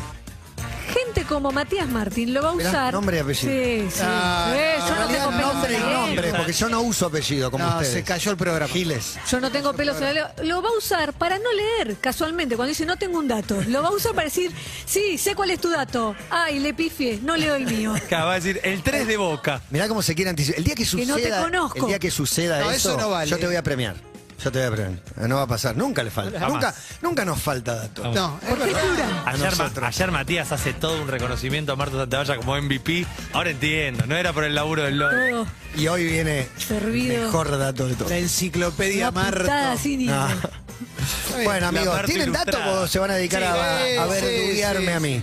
Speaker 5: gente como Matías Martín lo va a
Speaker 3: Mirá,
Speaker 5: usar.
Speaker 3: nombre y apellido.
Speaker 5: Sí, sí.
Speaker 4: Ah,
Speaker 5: Eh,
Speaker 3: En
Speaker 5: yo, no
Speaker 3: realidad,
Speaker 5: tengo pelos
Speaker 3: nombre y
Speaker 5: en la lengua.
Speaker 3: nombre, porque yo no uso apellido como
Speaker 4: No,
Speaker 3: ustedes.
Speaker 4: se cayó el programa.
Speaker 3: Giles.
Speaker 5: Yo no tengo pelos en la lengua. Lo va a usar para no leer casualmente. Cuando dice no tengo un dato, lo va a usar para decir, sí, sé cuál es tu dato. Ay, le pifié, no leo el mío.
Speaker 6: Acá va a decir el 3 de boca.
Speaker 3: Mirá cómo se quiere anticipar. El día que
Speaker 5: Que
Speaker 3: suceda,
Speaker 5: no te conozco.
Speaker 3: El día que suceda
Speaker 4: No,
Speaker 3: eso,
Speaker 4: eso no vale.
Speaker 3: yo te voy a premiar. Yo te voy a premiar. No va a pasar. Nunca le falta.
Speaker 6: Jamás.
Speaker 3: Nunca, nunca nos falta dato.
Speaker 4: No, es
Speaker 5: ¿Por qué
Speaker 4: verdad.
Speaker 5: juran?
Speaker 6: Ayer, Ma-
Speaker 3: nosotros.
Speaker 6: ayer Matías hace todo un reconocimiento a Marta Santavalla como MVP. Ahora entiendo, no era por el laburo del lobby.
Speaker 5: Todo
Speaker 3: Y hoy viene el
Speaker 5: servido.
Speaker 3: mejor dato de todo.
Speaker 4: La enciclopedia
Speaker 5: Una
Speaker 4: Marto.
Speaker 5: putada cínica.
Speaker 3: Ah. Bueno, amigos,
Speaker 6: parte
Speaker 3: ¿tienen datos
Speaker 6: ilustrada.
Speaker 3: o se van a dedicar a,
Speaker 4: Sí,
Speaker 3: a
Speaker 4: sí,
Speaker 3: verduguearme
Speaker 4: sí,
Speaker 3: a mí?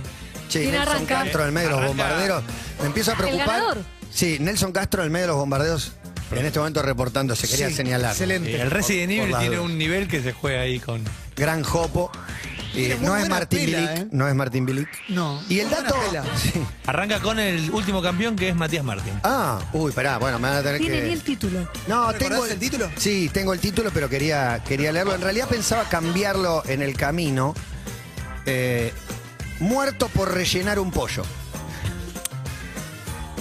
Speaker 3: Che,
Speaker 5: ¿Quién
Speaker 3: Nelson
Speaker 5: arranca? Ah,
Speaker 3: Castro en medio de los
Speaker 6: Arranca.
Speaker 3: bombarderos. Me empiezo a preocupar.
Speaker 5: ganador?
Speaker 3: Sí, Nelson Castro en medio de los bombarderos. En este momento reportando, se quería
Speaker 4: Sí,
Speaker 3: señalar.
Speaker 4: excelente.
Speaker 6: Eh, El
Speaker 3: Por-
Speaker 6: Resident
Speaker 3: por
Speaker 6: Evil
Speaker 3: las
Speaker 6: tiene
Speaker 3: dudas.
Speaker 6: un nivel que se juega ahí con.
Speaker 3: Gran Jopo. Eh,
Speaker 4: Tiene muy
Speaker 3: no, es
Speaker 4: buena
Speaker 3: Martín
Speaker 4: pela,
Speaker 3: Bilic,
Speaker 4: eh.
Speaker 3: no es Martín Bilic.
Speaker 4: No,
Speaker 3: Y el
Speaker 4: muy buena
Speaker 3: dato.
Speaker 4: pela.
Speaker 3: Sí.
Speaker 6: Arranca con el último campeón que es Matías Martín.
Speaker 3: Ah, uy, pará, bueno, me van a tener
Speaker 5: Tiene
Speaker 3: que.
Speaker 5: ni el título.
Speaker 3: No,
Speaker 4: ¿Recordás
Speaker 3: tengo
Speaker 4: el título?
Speaker 3: Sí, tengo el título, pero quería, quería leerlo. En realidad pensaba cambiarlo en el camino. Eh, muerto por rellenar un pollo.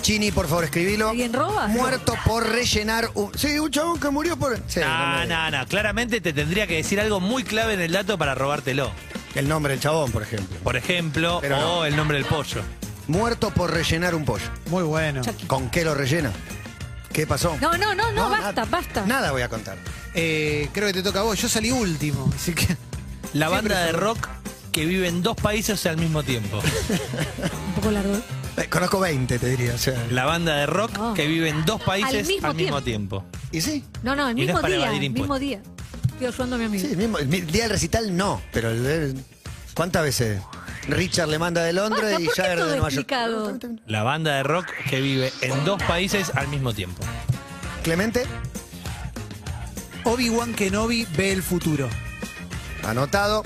Speaker 3: Chini, por favor, escribilo.
Speaker 5: ¿Alguien roba?
Speaker 3: Muerto por rellenar un. Sí, un chabón que murió por. Sí, no
Speaker 6: No,
Speaker 3: me-
Speaker 6: no, no. Claramente te tendría que decir algo muy clave en el dato para robártelo.
Speaker 3: El nombre del chabón, por ejemplo.
Speaker 6: Por ejemplo,
Speaker 3: Pero no.
Speaker 6: o el nombre del pollo.
Speaker 3: Muerto por rellenar un pollo.
Speaker 4: Muy bueno.
Speaker 3: ¿Con qué lo rellena? ¿Qué pasó?
Speaker 5: No, no, no, no, basta,
Speaker 3: nada-
Speaker 5: basta.
Speaker 3: Nada voy a contar.
Speaker 4: Eh, creo que te toca a vos. Yo salí último. Así que.
Speaker 6: La banda de rock que vive en dos países al mismo tiempo.
Speaker 5: Un poco largo.
Speaker 3: Eh, Conozco 20, te diría. o sea.
Speaker 6: La banda de rock
Speaker 5: Ah.
Speaker 6: que vive en dos países al mismo,
Speaker 5: mismo
Speaker 6: tiempo.
Speaker 3: ¿Y sí?
Speaker 5: No, no, el
Speaker 6: Y no es
Speaker 5: mismo
Speaker 6: para
Speaker 5: día.
Speaker 6: evadir
Speaker 5: El mismo
Speaker 6: impuestos.
Speaker 5: día. Estoy ayudando a mi amigo.
Speaker 3: Sí, el, mismo, el mi- día del recital no, pero el de- ¿cuántas veces? Richard le manda de Londres
Speaker 5: Basta,
Speaker 3: y
Speaker 5: ¿por qué
Speaker 3: ya
Speaker 5: todo
Speaker 3: de Nueva
Speaker 5: explicado?
Speaker 3: York.
Speaker 6: La banda de rock que vive en dos países al mismo tiempo.
Speaker 3: Clemente,
Speaker 4: Obi-Wan Kenobi ve el futuro.
Speaker 3: anotado.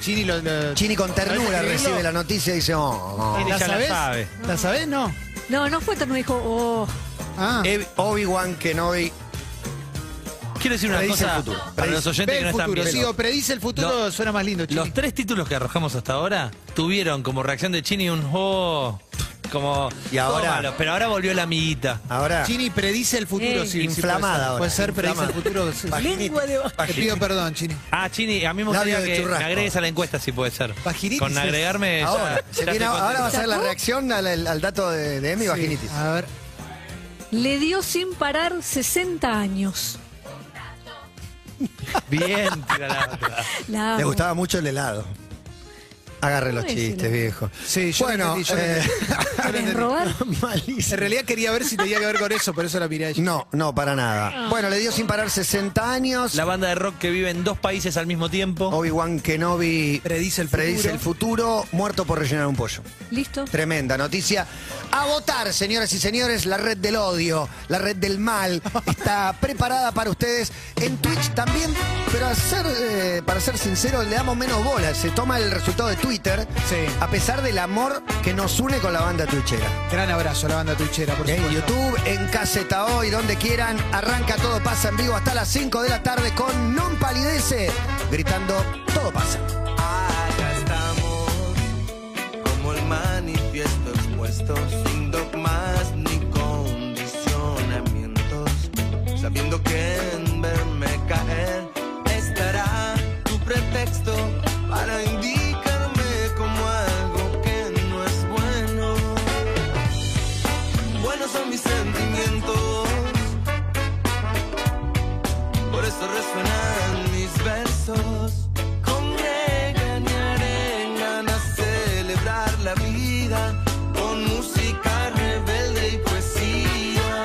Speaker 4: Chini lo. lo-
Speaker 3: Chini con ternura
Speaker 4: ¿Sabés escribirlo?
Speaker 3: recibe la noticia y dice, oh,
Speaker 6: Él
Speaker 4: ¿La
Speaker 6: ya la
Speaker 4: sabés?
Speaker 6: sabe.
Speaker 4: ¿La sabés? No.
Speaker 5: No, no fue tan me dijo, oh,
Speaker 4: Ah.
Speaker 6: Eh,
Speaker 3: Ev- Obi-Wan Kenobi.
Speaker 6: Quiero decir una
Speaker 3: Predice
Speaker 6: cosa
Speaker 3: el futuro.
Speaker 6: para los oyentes
Speaker 4: Ve
Speaker 6: que
Speaker 4: el
Speaker 6: no están
Speaker 4: futuro.
Speaker 6: viendo.
Speaker 4: Sí, o predice el futuro,
Speaker 6: Lo-
Speaker 4: suena más lindo, Chini.
Speaker 6: Los tres títulos que arrojamos hasta ahora tuvieron como reacción de Chini un oh, como
Speaker 3: Y ahora- Ah.
Speaker 6: "Tómalo", pero ahora volvió la amiguita.
Speaker 3: Ahora,
Speaker 4: Chini predice el futuro,
Speaker 6: Eh,
Speaker 5: Ey.
Speaker 4: sí, sí,
Speaker 3: Inflamada ahora,
Speaker 4: puede ser. Puede ser,
Speaker 3: inflamada.
Speaker 4: predice el futuro. sí.
Speaker 3: Vaginita.
Speaker 5: lengua de
Speaker 4: Te pido perdón, Chini.
Speaker 6: Ah, Chini, a mí me gustaría
Speaker 3: Labio de
Speaker 6: que me
Speaker 3: churrasco.
Speaker 6: agregues a la encuesta si puede ser.
Speaker 4: Vaginitis
Speaker 6: Con
Speaker 4: es-
Speaker 6: agregarme ya-
Speaker 3: ahora,
Speaker 6: ya
Speaker 3: se
Speaker 6: estoy
Speaker 3: viene- ahora
Speaker 6: contento.
Speaker 3: va a ser la reacción al, al- al dato de, de Emi
Speaker 4: Sí,
Speaker 3: Vaginitis.
Speaker 4: A ver.
Speaker 5: le dio sin parar 60 años.
Speaker 6: Bien, tira la otra.
Speaker 5: La
Speaker 3: Le
Speaker 5: amo.
Speaker 3: gustaba mucho el helado. Agarre los
Speaker 5: No es
Speaker 3: chistes,
Speaker 5: helado.
Speaker 3: viejo.
Speaker 4: Sí, yo
Speaker 3: bueno,
Speaker 4: lo entendí, yo lo
Speaker 3: eh,
Speaker 5: ¿Querés robar?
Speaker 3: malísimo.
Speaker 4: En realidad quería ver si tenía que ver con eso, por eso la miré allí.
Speaker 3: No, no, para nada. Bueno, le dio sin parar 60 años.
Speaker 6: La banda de rock que vive en dos países al mismo tiempo.
Speaker 3: Obi-Wan Kenobi
Speaker 4: Predice el
Speaker 3: predice
Speaker 4: futuro.
Speaker 3: el futuro, muerto por rellenar un pollo.
Speaker 5: ¿Listo?
Speaker 3: Tremenda noticia. A votar, señoras y señores, la red del odio, la red del mal, está preparada para ustedes en Twitch también. Pero a ser, eh, para ser sincero, le damos menos bola. Se toma el resultado de Twitter,
Speaker 4: Sí.
Speaker 3: a pesar del amor que nos une con la banda twitchera.
Speaker 4: Gran abrazo a la banda tuichera, por
Speaker 3: En
Speaker 4: supuesto.
Speaker 3: YouTube, en Caseta Hoy, donde quieran, arranca todo pasa en vivo hasta las 5 de la tarde con Non Palidece, gritando todo pasa.
Speaker 7: Acá estamos, como el manifiesto expuesto, sin dogmas ni condicionamientos, sabiendo que en verme caer estará tu pretexto para indicarme como algo que no es bueno. Buenos son mis sentimientos, por eso resuenan mis versos. Con reggae y arengan a celebrar la vida con música rebelde y poesía.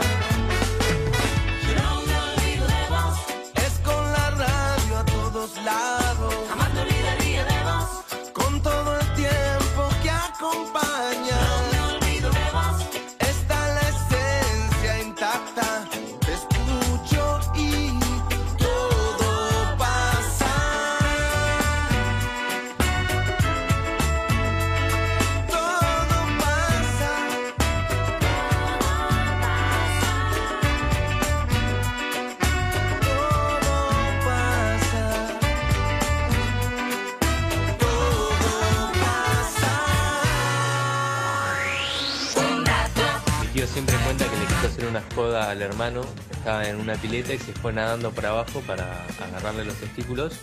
Speaker 7: Es con la radio a todos lados. Jamás me olvidaría de vos. Con todo el tiempo que acompaña. No me olvido de vos. Está la esencia intacta. Te escucho y todo pasa. Todo pasa. Todo pasa. Todo
Speaker 8: Mi tío siempre cuenta que le quiso hacer una joda al hermano. Estaba en una pileta y se fue nadando para abajo para agarrarle los testículos.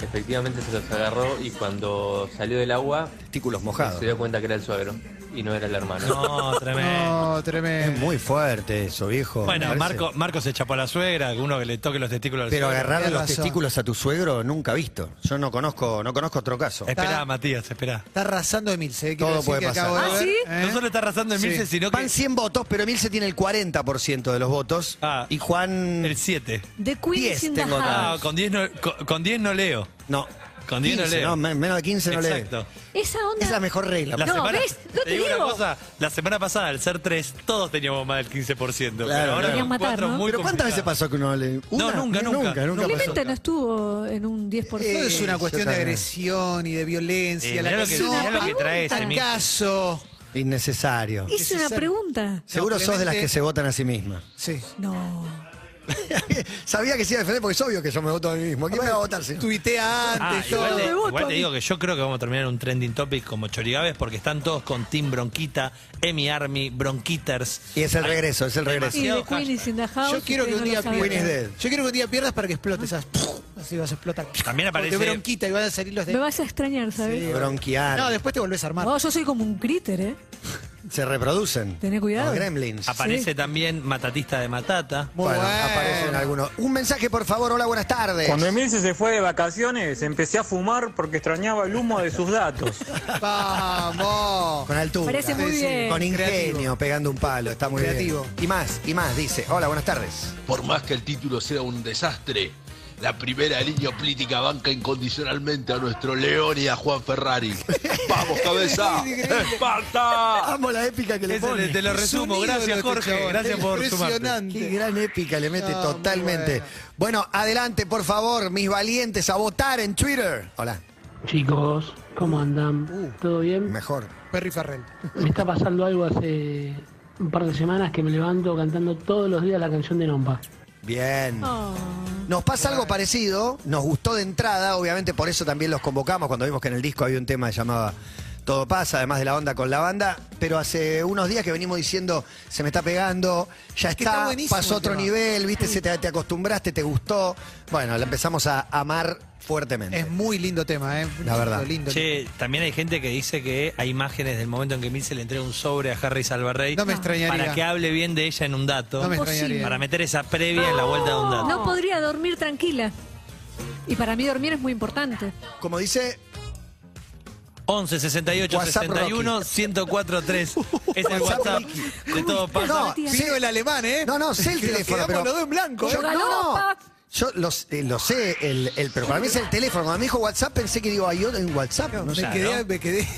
Speaker 8: Efectivamente se los agarró y cuando salió del agua
Speaker 3: Artículos
Speaker 8: se
Speaker 3: mojados.
Speaker 8: dio cuenta que era el suegro y no era el hermano.
Speaker 6: No, tremendo.
Speaker 4: No,
Speaker 3: Es
Speaker 4: tremendo.
Speaker 3: muy fuerte eso, viejo.
Speaker 6: Bueno,
Speaker 3: Me parece.
Speaker 6: Marco, Marco se chapó a la suegra, uno que le toque los testículos al
Speaker 3: Pero
Speaker 6: suegro.
Speaker 3: agarrar
Speaker 4: Tenés
Speaker 3: los
Speaker 4: razón.
Speaker 3: testículos a tu suegro nunca visto. Yo no conozco, no conozco otro caso.
Speaker 6: Esperá, Matías, esperá.
Speaker 4: Está arrasando Emilce, eh, quiero
Speaker 3: Todo
Speaker 4: decir
Speaker 3: puede
Speaker 4: que
Speaker 3: pasar.
Speaker 4: acabo de
Speaker 5: ¿Ah,
Speaker 4: ver,
Speaker 5: sí?
Speaker 4: ¿eh?
Speaker 6: No solo está arrasando en
Speaker 4: Sí.
Speaker 6: Milce, sino que
Speaker 3: Van 100 votos, pero Emilce tiene el 40% de los votos.
Speaker 6: Ah.
Speaker 3: y Juan.
Speaker 6: el 7.
Speaker 5: The Queen
Speaker 3: 10
Speaker 5: sin
Speaker 3: tengo acá.
Speaker 6: Ah, con 10 no, con, con 10 no leo.
Speaker 3: No.
Speaker 6: Con 10 no
Speaker 3: 15,
Speaker 6: leo.
Speaker 3: men- menos de 15 no lee.
Speaker 6: Exacto.
Speaker 5: Esa onda.
Speaker 3: Es la mejor regla.
Speaker 6: La
Speaker 5: No,
Speaker 6: semana,
Speaker 5: ¿ves? No te
Speaker 6: digo, una
Speaker 5: digo.
Speaker 6: cosa, la semana pasada, al ser 3, todos teníamos más del 15%.
Speaker 3: Claro,
Speaker 6: pero ahora
Speaker 3: claro.
Speaker 6: con
Speaker 5: Querían
Speaker 6: cuatro,
Speaker 5: matar, ¿no?
Speaker 6: muy
Speaker 3: Pero ¿cuántas veces
Speaker 6: complicado.
Speaker 3: pasó que uno lee?
Speaker 6: No, nunca, nunca.
Speaker 3: Nunca, nunca
Speaker 6: Nunca
Speaker 3: pasó.
Speaker 5: Clemente no estuvo en un 10%.
Speaker 4: Todo Eh, es una
Speaker 3: yo
Speaker 4: cuestión de
Speaker 3: también.
Speaker 4: agresión y de
Speaker 6: Eh,
Speaker 4: violencia.
Speaker 6: mirá
Speaker 4: la
Speaker 6: lo que,
Speaker 4: canción,
Speaker 6: mirá lo que trae ese
Speaker 4: al
Speaker 6: Milce.
Speaker 4: caso.
Speaker 3: Innecesario.
Speaker 5: Hice una pregunta.
Speaker 3: Seguro
Speaker 4: No,
Speaker 3: sos de las
Speaker 4: Clemente-
Speaker 3: que se votan a sí misma.
Speaker 4: Sí.
Speaker 5: No.
Speaker 3: Sabía que sí iba a defender porque es obvio que yo me voto a mí mismo. ¿Quién me va a votar? si no?
Speaker 4: Tuitea
Speaker 6: Ah,
Speaker 4: antes,
Speaker 6: igual,
Speaker 4: todo.
Speaker 6: te,
Speaker 5: Me voto
Speaker 6: igual te
Speaker 5: a mí.
Speaker 6: digo que yo creo que vamos a terminar en un trending topic como Chorigaves porque están todos con Team Bronquita, Emi Army, Bronquiters.
Speaker 3: Y es el regreso, es el regreso.
Speaker 5: Y The
Speaker 6: Demasiado
Speaker 5: Queen
Speaker 6: hashtag.
Speaker 5: is in the house.
Speaker 4: Yo quiero que
Speaker 5: ustedes
Speaker 4: un
Speaker 5: no
Speaker 4: día
Speaker 5: lo saben.
Speaker 3: Queen is dead.
Speaker 4: pierdas. Yo quiero que un día pierdas para que explotes. esas- Así vas a explotar.
Speaker 6: Ah. También aparece-
Speaker 4: Porque bronquita y van a salir los
Speaker 5: Me
Speaker 4: de.
Speaker 5: vas a extrañar, ¿sabes?
Speaker 3: Bronquiar.
Speaker 4: No, después te volvés a armar.
Speaker 5: No, yo soy como un críter, ¿eh?
Speaker 3: se reproducen.
Speaker 5: Tené cuidado.
Speaker 3: Los gremlins.
Speaker 6: Aparece también Matatista de Matata.
Speaker 4: Muy
Speaker 3: Bueno,
Speaker 4: bueno.
Speaker 3: aparecen algunos. Un mensaje, por favor. Hola, buenas tardes.
Speaker 9: Cuando Emilce se fue de vacaciones, empecé a fumar porque extrañaba el humo de sus datos.
Speaker 4: Vamos.
Speaker 3: Con altura.
Speaker 5: Parece muy
Speaker 3: Sí, sí.
Speaker 5: bien.
Speaker 3: Con ingenio,
Speaker 4: Creativo.
Speaker 3: pegando un palo. Está muy
Speaker 4: Creativo.
Speaker 3: bien. Y más, y más, dice. Hola, buenas tardes.
Speaker 10: Por más que el título sea un desastre, la primera línea política banca incondicionalmente a nuestro León y a Juan Ferrari. ¡Vamos, cabeza! ¡Esparta!
Speaker 3: Amo la épica que
Speaker 6: Ese le- te lo
Speaker 4: Ah. Es un
Speaker 6: resumo.
Speaker 4: ídolo
Speaker 6: Gracias,
Speaker 4: este
Speaker 6: Jorge.
Speaker 4: chabón.
Speaker 6: Gracias por sumarte.
Speaker 4: Impresionante.
Speaker 3: Qué gran épica le mete
Speaker 4: No, Ah, muy
Speaker 3: totalmente. Bueno. adelante, por favor, mis valientes, a votar en Twitter. Hola. Uh.
Speaker 11: Chicos, ¿cómo andan? ¿Todo bien?
Speaker 3: Mejor.
Speaker 4: Perry Farrell.
Speaker 11: Me está pasando algo hace un par de semanas que me levanto cantando todos los días la canción de Nompa.
Speaker 3: Bien.
Speaker 5: Oh.
Speaker 3: Nos pasa algo parecido, nos gustó de entrada, obviamente por eso también los convocamos cuando vimos que en el disco había un tema llamado Todo pasa, además de la onda con la banda, pero hace unos días que venimos diciendo, se me está pegando, ya
Speaker 4: que está
Speaker 3: está,
Speaker 4: buenísimo
Speaker 3: pasó
Speaker 4: el
Speaker 3: otro
Speaker 4: tema.
Speaker 3: nivel, viste, se te, te acostumbraste, te gustó. Bueno, la empezamos a amar fuertemente.
Speaker 4: Es muy lindo tema, ¿eh?
Speaker 3: La verdad.
Speaker 4: Lindo, lindo.
Speaker 6: Che, también hay gente que dice que hay imágenes del momento en que Milce le entrega un sobre a Harry Salvarrey
Speaker 4: No me extrañaría.
Speaker 6: para que hable bien de ella en un dato.
Speaker 4: No me
Speaker 5: Imposible.
Speaker 4: extrañaría.
Speaker 6: para meter esa previa en la vuelta de un dato.
Speaker 5: No podría dormir tranquila. Y para mí dormir es muy importante.
Speaker 3: Como dice,
Speaker 6: 11 68
Speaker 3: WhatsApp
Speaker 6: 61 104 3. Es el
Speaker 3: WhatsApp
Speaker 6: WhatsApp de todo pasa.
Speaker 3: No,
Speaker 5: Matías.
Speaker 4: Vino el alemán, ¿eh?
Speaker 3: No, no, sé el
Speaker 4: Que nos
Speaker 3: teléfono,
Speaker 4: quedamos
Speaker 3: pero-
Speaker 4: los dos en blanco, ¿eh?
Speaker 3: Yo, no, no.
Speaker 5: Galopa.
Speaker 3: Yo los- eh, lo sé, el, el- pero para mí es el teléfono. Cuando me dijo WhatsApp, pensé que digo, hay otro en WhatsApp. No
Speaker 4: me,
Speaker 3: sé.
Speaker 6: ya,
Speaker 4: quedé,
Speaker 6: ¿no?
Speaker 4: me quedé.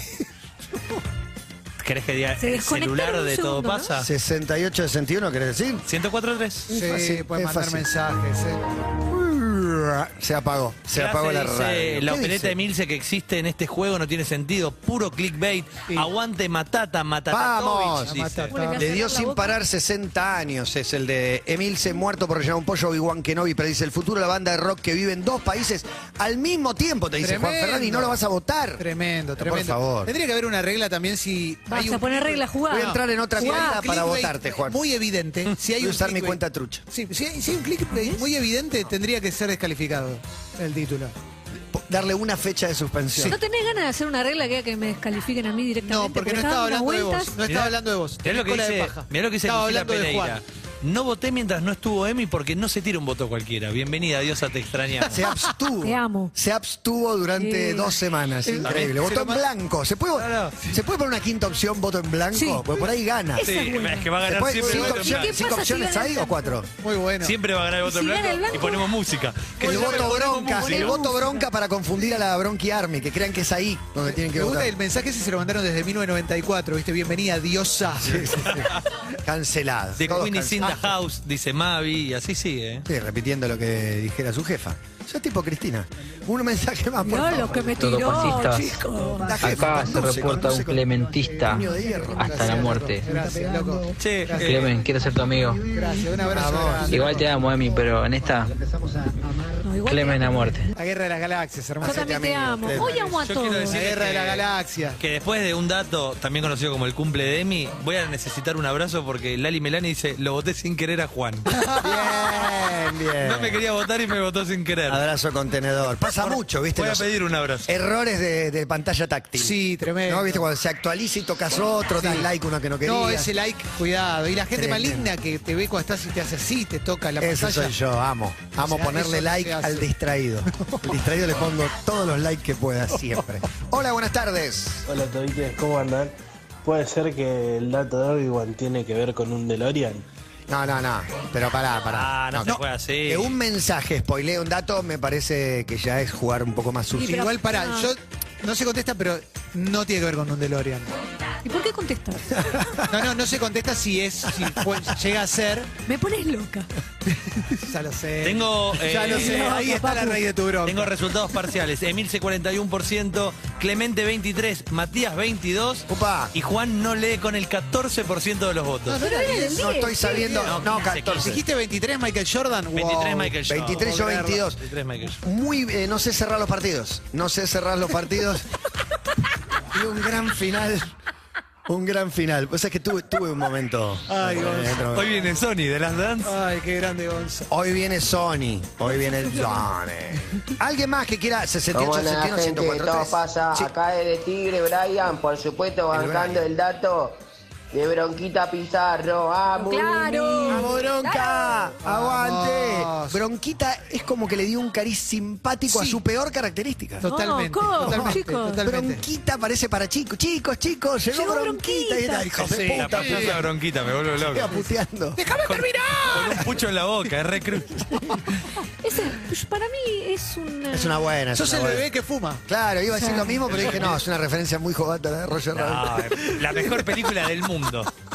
Speaker 6: ¿Querés que diga
Speaker 5: Se
Speaker 6: el celular
Speaker 5: desconectaron
Speaker 6: de
Speaker 5: un
Speaker 6: todo
Speaker 5: segundo, ¿no?
Speaker 6: pasa?
Speaker 3: 68, 61, ¿querés decir?
Speaker 6: 104 3.
Speaker 4: Sí,
Speaker 3: fácil,
Speaker 4: puede
Speaker 3: es
Speaker 4: mandar
Speaker 3: fácil.
Speaker 4: mensajes, ¿eh?
Speaker 3: Se apagó, se apagó la radio.
Speaker 6: La
Speaker 3: ¿Qué
Speaker 6: opereta
Speaker 3: dice?
Speaker 6: de Milce que existe en este juego no tiene sentido. Puro clickbait. Aguante matata,
Speaker 3: Vamos.
Speaker 6: matatatovich. dice.
Speaker 4: Matata.
Speaker 5: Bueno,
Speaker 3: Le dio
Speaker 5: La
Speaker 3: sin
Speaker 5: boca.
Speaker 3: parar 60 años, es el de Emilce muerto por rellenar un pollo, Obi-Wan Kenobi predice el futuro, la banda de rock que vive en dos países al mismo tiempo, te dice Juan
Speaker 4: Tremendo.
Speaker 3: Ferrari, y no lo vas a votar.
Speaker 4: Tremendo,
Speaker 3: Por
Speaker 4: tremendo.
Speaker 3: favor.
Speaker 4: Tendría que haber una regla también si.
Speaker 5: Vas
Speaker 4: hay
Speaker 5: a
Speaker 4: un-
Speaker 5: poner regla jugada.
Speaker 3: Voy a entrar en otra
Speaker 4: si hay un
Speaker 3: cuenta para
Speaker 4: clickbait
Speaker 3: votarte, Juan.
Speaker 4: Muy evidente. Si hay
Speaker 3: Voy a
Speaker 4: un
Speaker 3: usar mi
Speaker 4: clickbait-
Speaker 3: cuenta trucha.
Speaker 4: Sí, si, hay, si hay un clickbait muy evidente, tendría que ser descalificado el título.
Speaker 3: Po- Darle una fecha de suspensión.
Speaker 5: ¿No tenés ganas de hacer una regla que haga que me descalifiquen a mí directamente?
Speaker 4: No, porque no
Speaker 5: acá
Speaker 4: estaba
Speaker 5: dan unas
Speaker 4: hablando de vos.
Speaker 5: vueltas.
Speaker 4: No estaba
Speaker 6: Mirá-
Speaker 4: hablando de vos.
Speaker 6: Mirá lo que
Speaker 4: Cola de
Speaker 6: dice,
Speaker 4: paja.
Speaker 6: mirá lo que dice
Speaker 4: Estaba
Speaker 6: Lucila
Speaker 4: hablando de
Speaker 6: Pereira.
Speaker 4: Juan.
Speaker 6: No voté mientras no estuvo Emi porque no se tira un voto cualquiera. Bienvenida, diosa, te extrañamos.
Speaker 3: Se abstuvo.
Speaker 5: Te amo.
Speaker 3: Se abstuvo durante
Speaker 5: Sí.
Speaker 3: dos semanas. Increíble.
Speaker 4: Se
Speaker 3: Votó
Speaker 4: lo
Speaker 3: en
Speaker 4: ma-
Speaker 3: blanco. ¿Se puede,
Speaker 6: Claro.
Speaker 3: ¿Se puede poner una quinta opción, voto en blanco?
Speaker 5: Sí.
Speaker 3: Porque por ahí gana.
Speaker 5: Esa es buena.
Speaker 6: es que va a
Speaker 3: ¿Se
Speaker 6: ganar
Speaker 3: puede?
Speaker 6: siempre el
Speaker 3: ¿Cinco,
Speaker 6: voto en
Speaker 3: opciones-
Speaker 6: blanco.
Speaker 5: ¿Qué
Speaker 3: cinco
Speaker 5: pasa si
Speaker 3: opciones
Speaker 5: gana
Speaker 3: ahí
Speaker 5: el
Speaker 3: o
Speaker 5: blanco?
Speaker 3: cuatro?
Speaker 4: Muy bueno.
Speaker 6: Siempre va a ganar el voto
Speaker 5: ¿Y
Speaker 6: en
Speaker 5: si gana
Speaker 6: blanco,
Speaker 5: el
Speaker 6: y
Speaker 5: blanco?
Speaker 6: ponemos música. Que
Speaker 3: El
Speaker 6: yo
Speaker 3: voto
Speaker 6: ponemos
Speaker 3: bronca,
Speaker 6: música.
Speaker 3: el voto bronca para confundir a la Bronqui Army, que crean que es ahí donde tienen que
Speaker 4: Me gusta
Speaker 3: votar.
Speaker 4: el mensaje si se lo mandaron desde 1994, ¿viste? Bienvenida, diosa.
Speaker 3: Cancelado.
Speaker 6: De
Speaker 3: Todos
Speaker 6: Queen is in the
Speaker 3: cancelados.
Speaker 6: house, dice Mavi, y así sigue. ¿eh?
Speaker 3: Sí, repitiendo lo que dijera su jefa. Yo tipo Cristina. Un mensaje más, por
Speaker 5: No,
Speaker 3: favor.
Speaker 5: lo que me
Speaker 11: Todo
Speaker 5: tiró,
Speaker 11: pasistas.
Speaker 5: chicos.
Speaker 3: La jefa,
Speaker 11: Acá se
Speaker 3: conduce,
Speaker 11: reporta
Speaker 3: conduce
Speaker 11: un
Speaker 3: con-
Speaker 11: clementista
Speaker 3: Niño de hierro.
Speaker 11: hasta la muerte.
Speaker 4: Gracias, loco.
Speaker 6: Che, eh,
Speaker 11: Clemen, quiero ser tu amigo.
Speaker 4: Gracias, un abrazo.
Speaker 3: Vamos.
Speaker 4: grande.
Speaker 11: Igual te amo, Emi, pero en esta,
Speaker 5: No, igual
Speaker 11: Clemen a muerte.
Speaker 4: La guerra de las galaxias, hermano.
Speaker 5: Yo también te
Speaker 3: amigo,
Speaker 5: amo.
Speaker 3: Clemen.
Speaker 5: Hoy amo a
Speaker 6: Yo quiero
Speaker 5: todos.
Speaker 4: La
Speaker 6: decir-
Speaker 4: guerra de las galaxias.
Speaker 6: que después de un dato también conocido como el cumple de Emi, voy a necesitar un abrazo porque Lali Melani dice, lo voté sin querer a Juan.
Speaker 3: Bien, bien.
Speaker 6: No me quería votar y me votó sin querer.
Speaker 3: Abrazo contenedor. Pasa mucho, ¿viste?
Speaker 6: Voy a
Speaker 3: Los
Speaker 6: pedir un abrazo.
Speaker 3: Errores de, de pantalla táctil.
Speaker 4: Sí, tremendo.
Speaker 3: ¿No? ¿Viste? Cuando se actualiza y tocas otro, das like uno que no querías.
Speaker 4: No, ese like, cuidado. Y la gente
Speaker 3: Tremendo.
Speaker 4: maligna que te ve cuando estás y te hace así, te toca la
Speaker 3: Eso
Speaker 4: pantalla.
Speaker 3: soy yo, amo. Amo
Speaker 4: O sea,
Speaker 3: ponerle
Speaker 4: eso no
Speaker 3: like
Speaker 4: se hace.
Speaker 3: al distraído. Al distraído le pongo todos los likes que pueda, siempre. Hola, buenas tardes.
Speaker 12: Hola Todites, ¿cómo andan? ¿Puede ser que el dato de Obi-Wan tiene que ver con un DeLorean?
Speaker 3: No, no, no. Pero pará, pará.
Speaker 6: Ah, no se juega así.
Speaker 3: Que un mensaje spoilee un dato me parece que ya es jugar un poco más
Speaker 4: Sí,
Speaker 3: sucio.
Speaker 5: pero-
Speaker 4: igual para,
Speaker 5: no.
Speaker 4: yo no se contesta, pero no tiene que ver con un DeLorean.
Speaker 5: ¿Y por qué contestas?
Speaker 4: No, no, no se contesta si es, si fue- llega a ser.
Speaker 5: Me pones loca.
Speaker 4: Ya lo sé.
Speaker 6: Tengo,
Speaker 4: ya
Speaker 6: eh,
Speaker 4: lo sé,
Speaker 5: no,
Speaker 4: ahí está la
Speaker 5: papu.
Speaker 4: raíz de tu bronca.
Speaker 6: Tengo resultados parciales. Emilce 41%, Clemente 23%, Matías 22%
Speaker 3: Upa.
Speaker 6: y Juan no lee con el 14% de los votos.
Speaker 5: Pero era del
Speaker 3: No
Speaker 5: 10,
Speaker 3: estoy
Speaker 5: sí.
Speaker 3: sabiendo.
Speaker 6: No,
Speaker 3: No,
Speaker 6: quince,
Speaker 3: 14.
Speaker 4: ¿Dijiste 23 Michael Jordan?
Speaker 6: 23
Speaker 4: Wow.
Speaker 6: Michael Jordan.
Speaker 3: 23 yo 22.
Speaker 6: 23 Michael Jordan.
Speaker 3: Muy, eh, no sé cerrar los partidos. No sé cerrar los partidos. y un gran final. Un gran final. O sea que tuve, tuve un momento.
Speaker 4: Ay,
Speaker 3: Eh,
Speaker 4: Gonza.
Speaker 3: dentro-
Speaker 6: Hoy viene Sony de las Dance.
Speaker 4: Ay, qué grande Gonza.
Speaker 3: Hoy viene Sony. Hoy viene Sony. ¿Alguien más que quiera 68, 71, 104? Sí.
Speaker 11: Acá es de Tigre, Brian, por supuesto,
Speaker 3: bancando
Speaker 11: el dato de Bronquita Pizarro. ¡Amo!
Speaker 5: Claro.
Speaker 3: ¡Vamos, bronca! ¡Aguante!
Speaker 4: Vamos.
Speaker 3: Bronquita es como que le dio un cariz simpático a
Speaker 4: Sí.
Speaker 3: su peor característica.
Speaker 4: Totalmente.
Speaker 5: ¿cómo?
Speaker 4: totalmente,
Speaker 5: Chicos.
Speaker 4: totalmente.
Speaker 3: Bronquita parece para chicos. Chicos, chicos, llegó,
Speaker 5: Llegó
Speaker 3: bronquita.
Speaker 5: Bronquita.
Speaker 3: Y era, hijo
Speaker 4: Sí,
Speaker 3: de
Speaker 6: La
Speaker 3: puta,
Speaker 6: puta bronquita, me vuelvo
Speaker 3: me iba
Speaker 6: loco.
Speaker 3: puteando.
Speaker 6: Con un pucho en la boca, es re cru-
Speaker 5: Ese, pues, para mí es una...
Speaker 3: Es una buena. es
Speaker 4: Sos
Speaker 3: una
Speaker 4: el
Speaker 3: buena.
Speaker 4: bebé que fuma.
Speaker 3: Claro, iba a decir lo mismo, pero dije, no, es una referencia muy jodata la de Roger
Speaker 6: No, eh.
Speaker 3: Rabbit.
Speaker 6: la mejor película del mundo.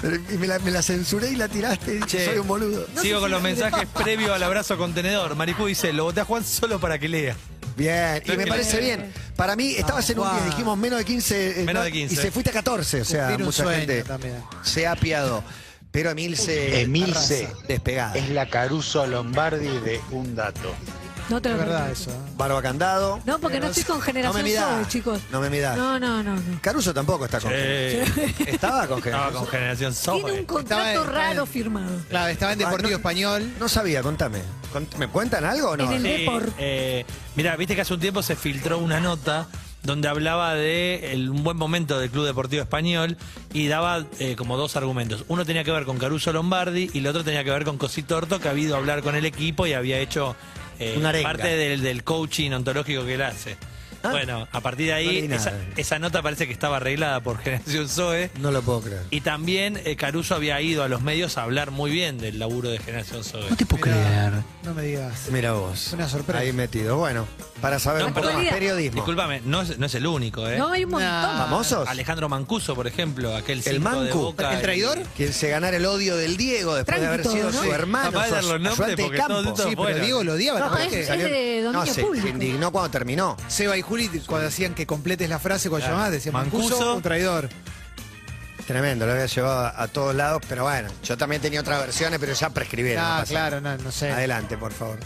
Speaker 3: Pero- y me la, me la censuré y la tiraste y dije,
Speaker 6: Che.
Speaker 3: soy un boludo.
Speaker 6: Sigo con los mensajes previo al abrazo contenedor. Maricu dice, lo voté a Juan solo para que lea.
Speaker 3: Bien, y me
Speaker 6: Bien.
Speaker 3: parece bien. Para mí, estabas en un
Speaker 4: Juan.
Speaker 3: 10, dijimos menos de 15. eh,
Speaker 6: Menos
Speaker 3: no,
Speaker 6: de 15.
Speaker 3: Y se fuiste a 14, o sea,
Speaker 4: Cumplir un
Speaker 3: mucha
Speaker 4: sueño
Speaker 3: gente
Speaker 4: también.
Speaker 3: se ha apiado. Pero Emilce.
Speaker 13: Emilce
Speaker 3: arrasa, despegada.
Speaker 13: es la Caruso Lombardi de un dato.
Speaker 5: eh, No te lo permito.
Speaker 3: Barba candado.
Speaker 5: No, porque no estoy
Speaker 3: No
Speaker 5: con
Speaker 3: me
Speaker 5: generación
Speaker 3: mirá.
Speaker 5: Zoe, chicos.
Speaker 3: No me mirás.
Speaker 5: No, no, no. no.
Speaker 3: Caruso tampoco está con. Estaba con
Speaker 6: Estaba con Generación
Speaker 5: Tiene un
Speaker 6: Zoe.
Speaker 5: contrato
Speaker 4: estaba en-
Speaker 5: raro firmado.
Speaker 4: Claro, estaba en Deportivo Español.
Speaker 3: No sabía, contame. Cont- ¿Me cuentan algo o no?
Speaker 5: En el
Speaker 6: Sí,
Speaker 5: Depor.
Speaker 6: eh, mirá, viste que hace un tiempo se filtró una nota donde hablaba de el- un buen momento del Club Deportivo Español y daba eh, como dos argumentos. Uno tenía que ver con Caruso Lombardi y el otro tenía que ver con Cosito Orto, que ha habido a hablar con el equipo y había hecho eh,
Speaker 3: Una arenga.
Speaker 6: parte del, del coaching ontológico que él hace.
Speaker 3: Ah.
Speaker 6: Bueno, a partir de
Speaker 3: No
Speaker 6: ahí,
Speaker 3: leí nada.
Speaker 6: esa, esa nota parece que estaba arreglada por Generación Zoe.
Speaker 3: No lo puedo creer.
Speaker 6: Y también eh, Caruso había ido a los medios a hablar muy bien del laburo de Generación Zoe.
Speaker 13: No te puedo creer.
Speaker 4: No me digas.
Speaker 3: Mira vos.
Speaker 4: Una sorpresa.
Speaker 3: Ahí metido. Bueno, para saber
Speaker 6: No,
Speaker 3: un poco
Speaker 6: perdón.
Speaker 3: más. Periodismo.
Speaker 6: Disculpame, no es, no es el único, ¿eh?
Speaker 5: No, hay un montón.
Speaker 3: ¿Famosos?
Speaker 6: Alejandro Mancuso, por ejemplo, aquel
Speaker 3: El
Speaker 6: cinco de
Speaker 3: Mancu.
Speaker 6: Boca
Speaker 4: ¿El
Speaker 6: y-
Speaker 4: traidor?
Speaker 3: Quien se ganara el odio del Diego después de haber
Speaker 5: Tranqui
Speaker 3: sido
Speaker 5: todo, ¿no?
Speaker 3: su hermano,
Speaker 6: Capaz de
Speaker 3: su
Speaker 6: dar los nombres
Speaker 3: ayudante de
Speaker 6: porque
Speaker 3: campo.
Speaker 6: todos- todos
Speaker 4: Sí, pero
Speaker 6: fueron.
Speaker 4: Diego lo odiaba.
Speaker 5: No,
Speaker 4: ¿te
Speaker 5: es-
Speaker 4: acordás que
Speaker 5: es de dominio
Speaker 3: no, se,
Speaker 5: público.
Speaker 3: se indignó cuando terminó.
Speaker 4: Seba y Juli, cuando hacían que completes la frase, cuando
Speaker 6: Claro.
Speaker 4: llamabas, decían Mancuso,
Speaker 6: Mancuso.
Speaker 4: un traidor.
Speaker 3: Tremendo, lo había llevado a, a todos lados, pero bueno, yo también tenía otras versiones, pero ya prescribieron. no
Speaker 4: Ah,
Speaker 3: pasa nada.
Speaker 4: claro, no, no sé.
Speaker 3: Adelante, por favor.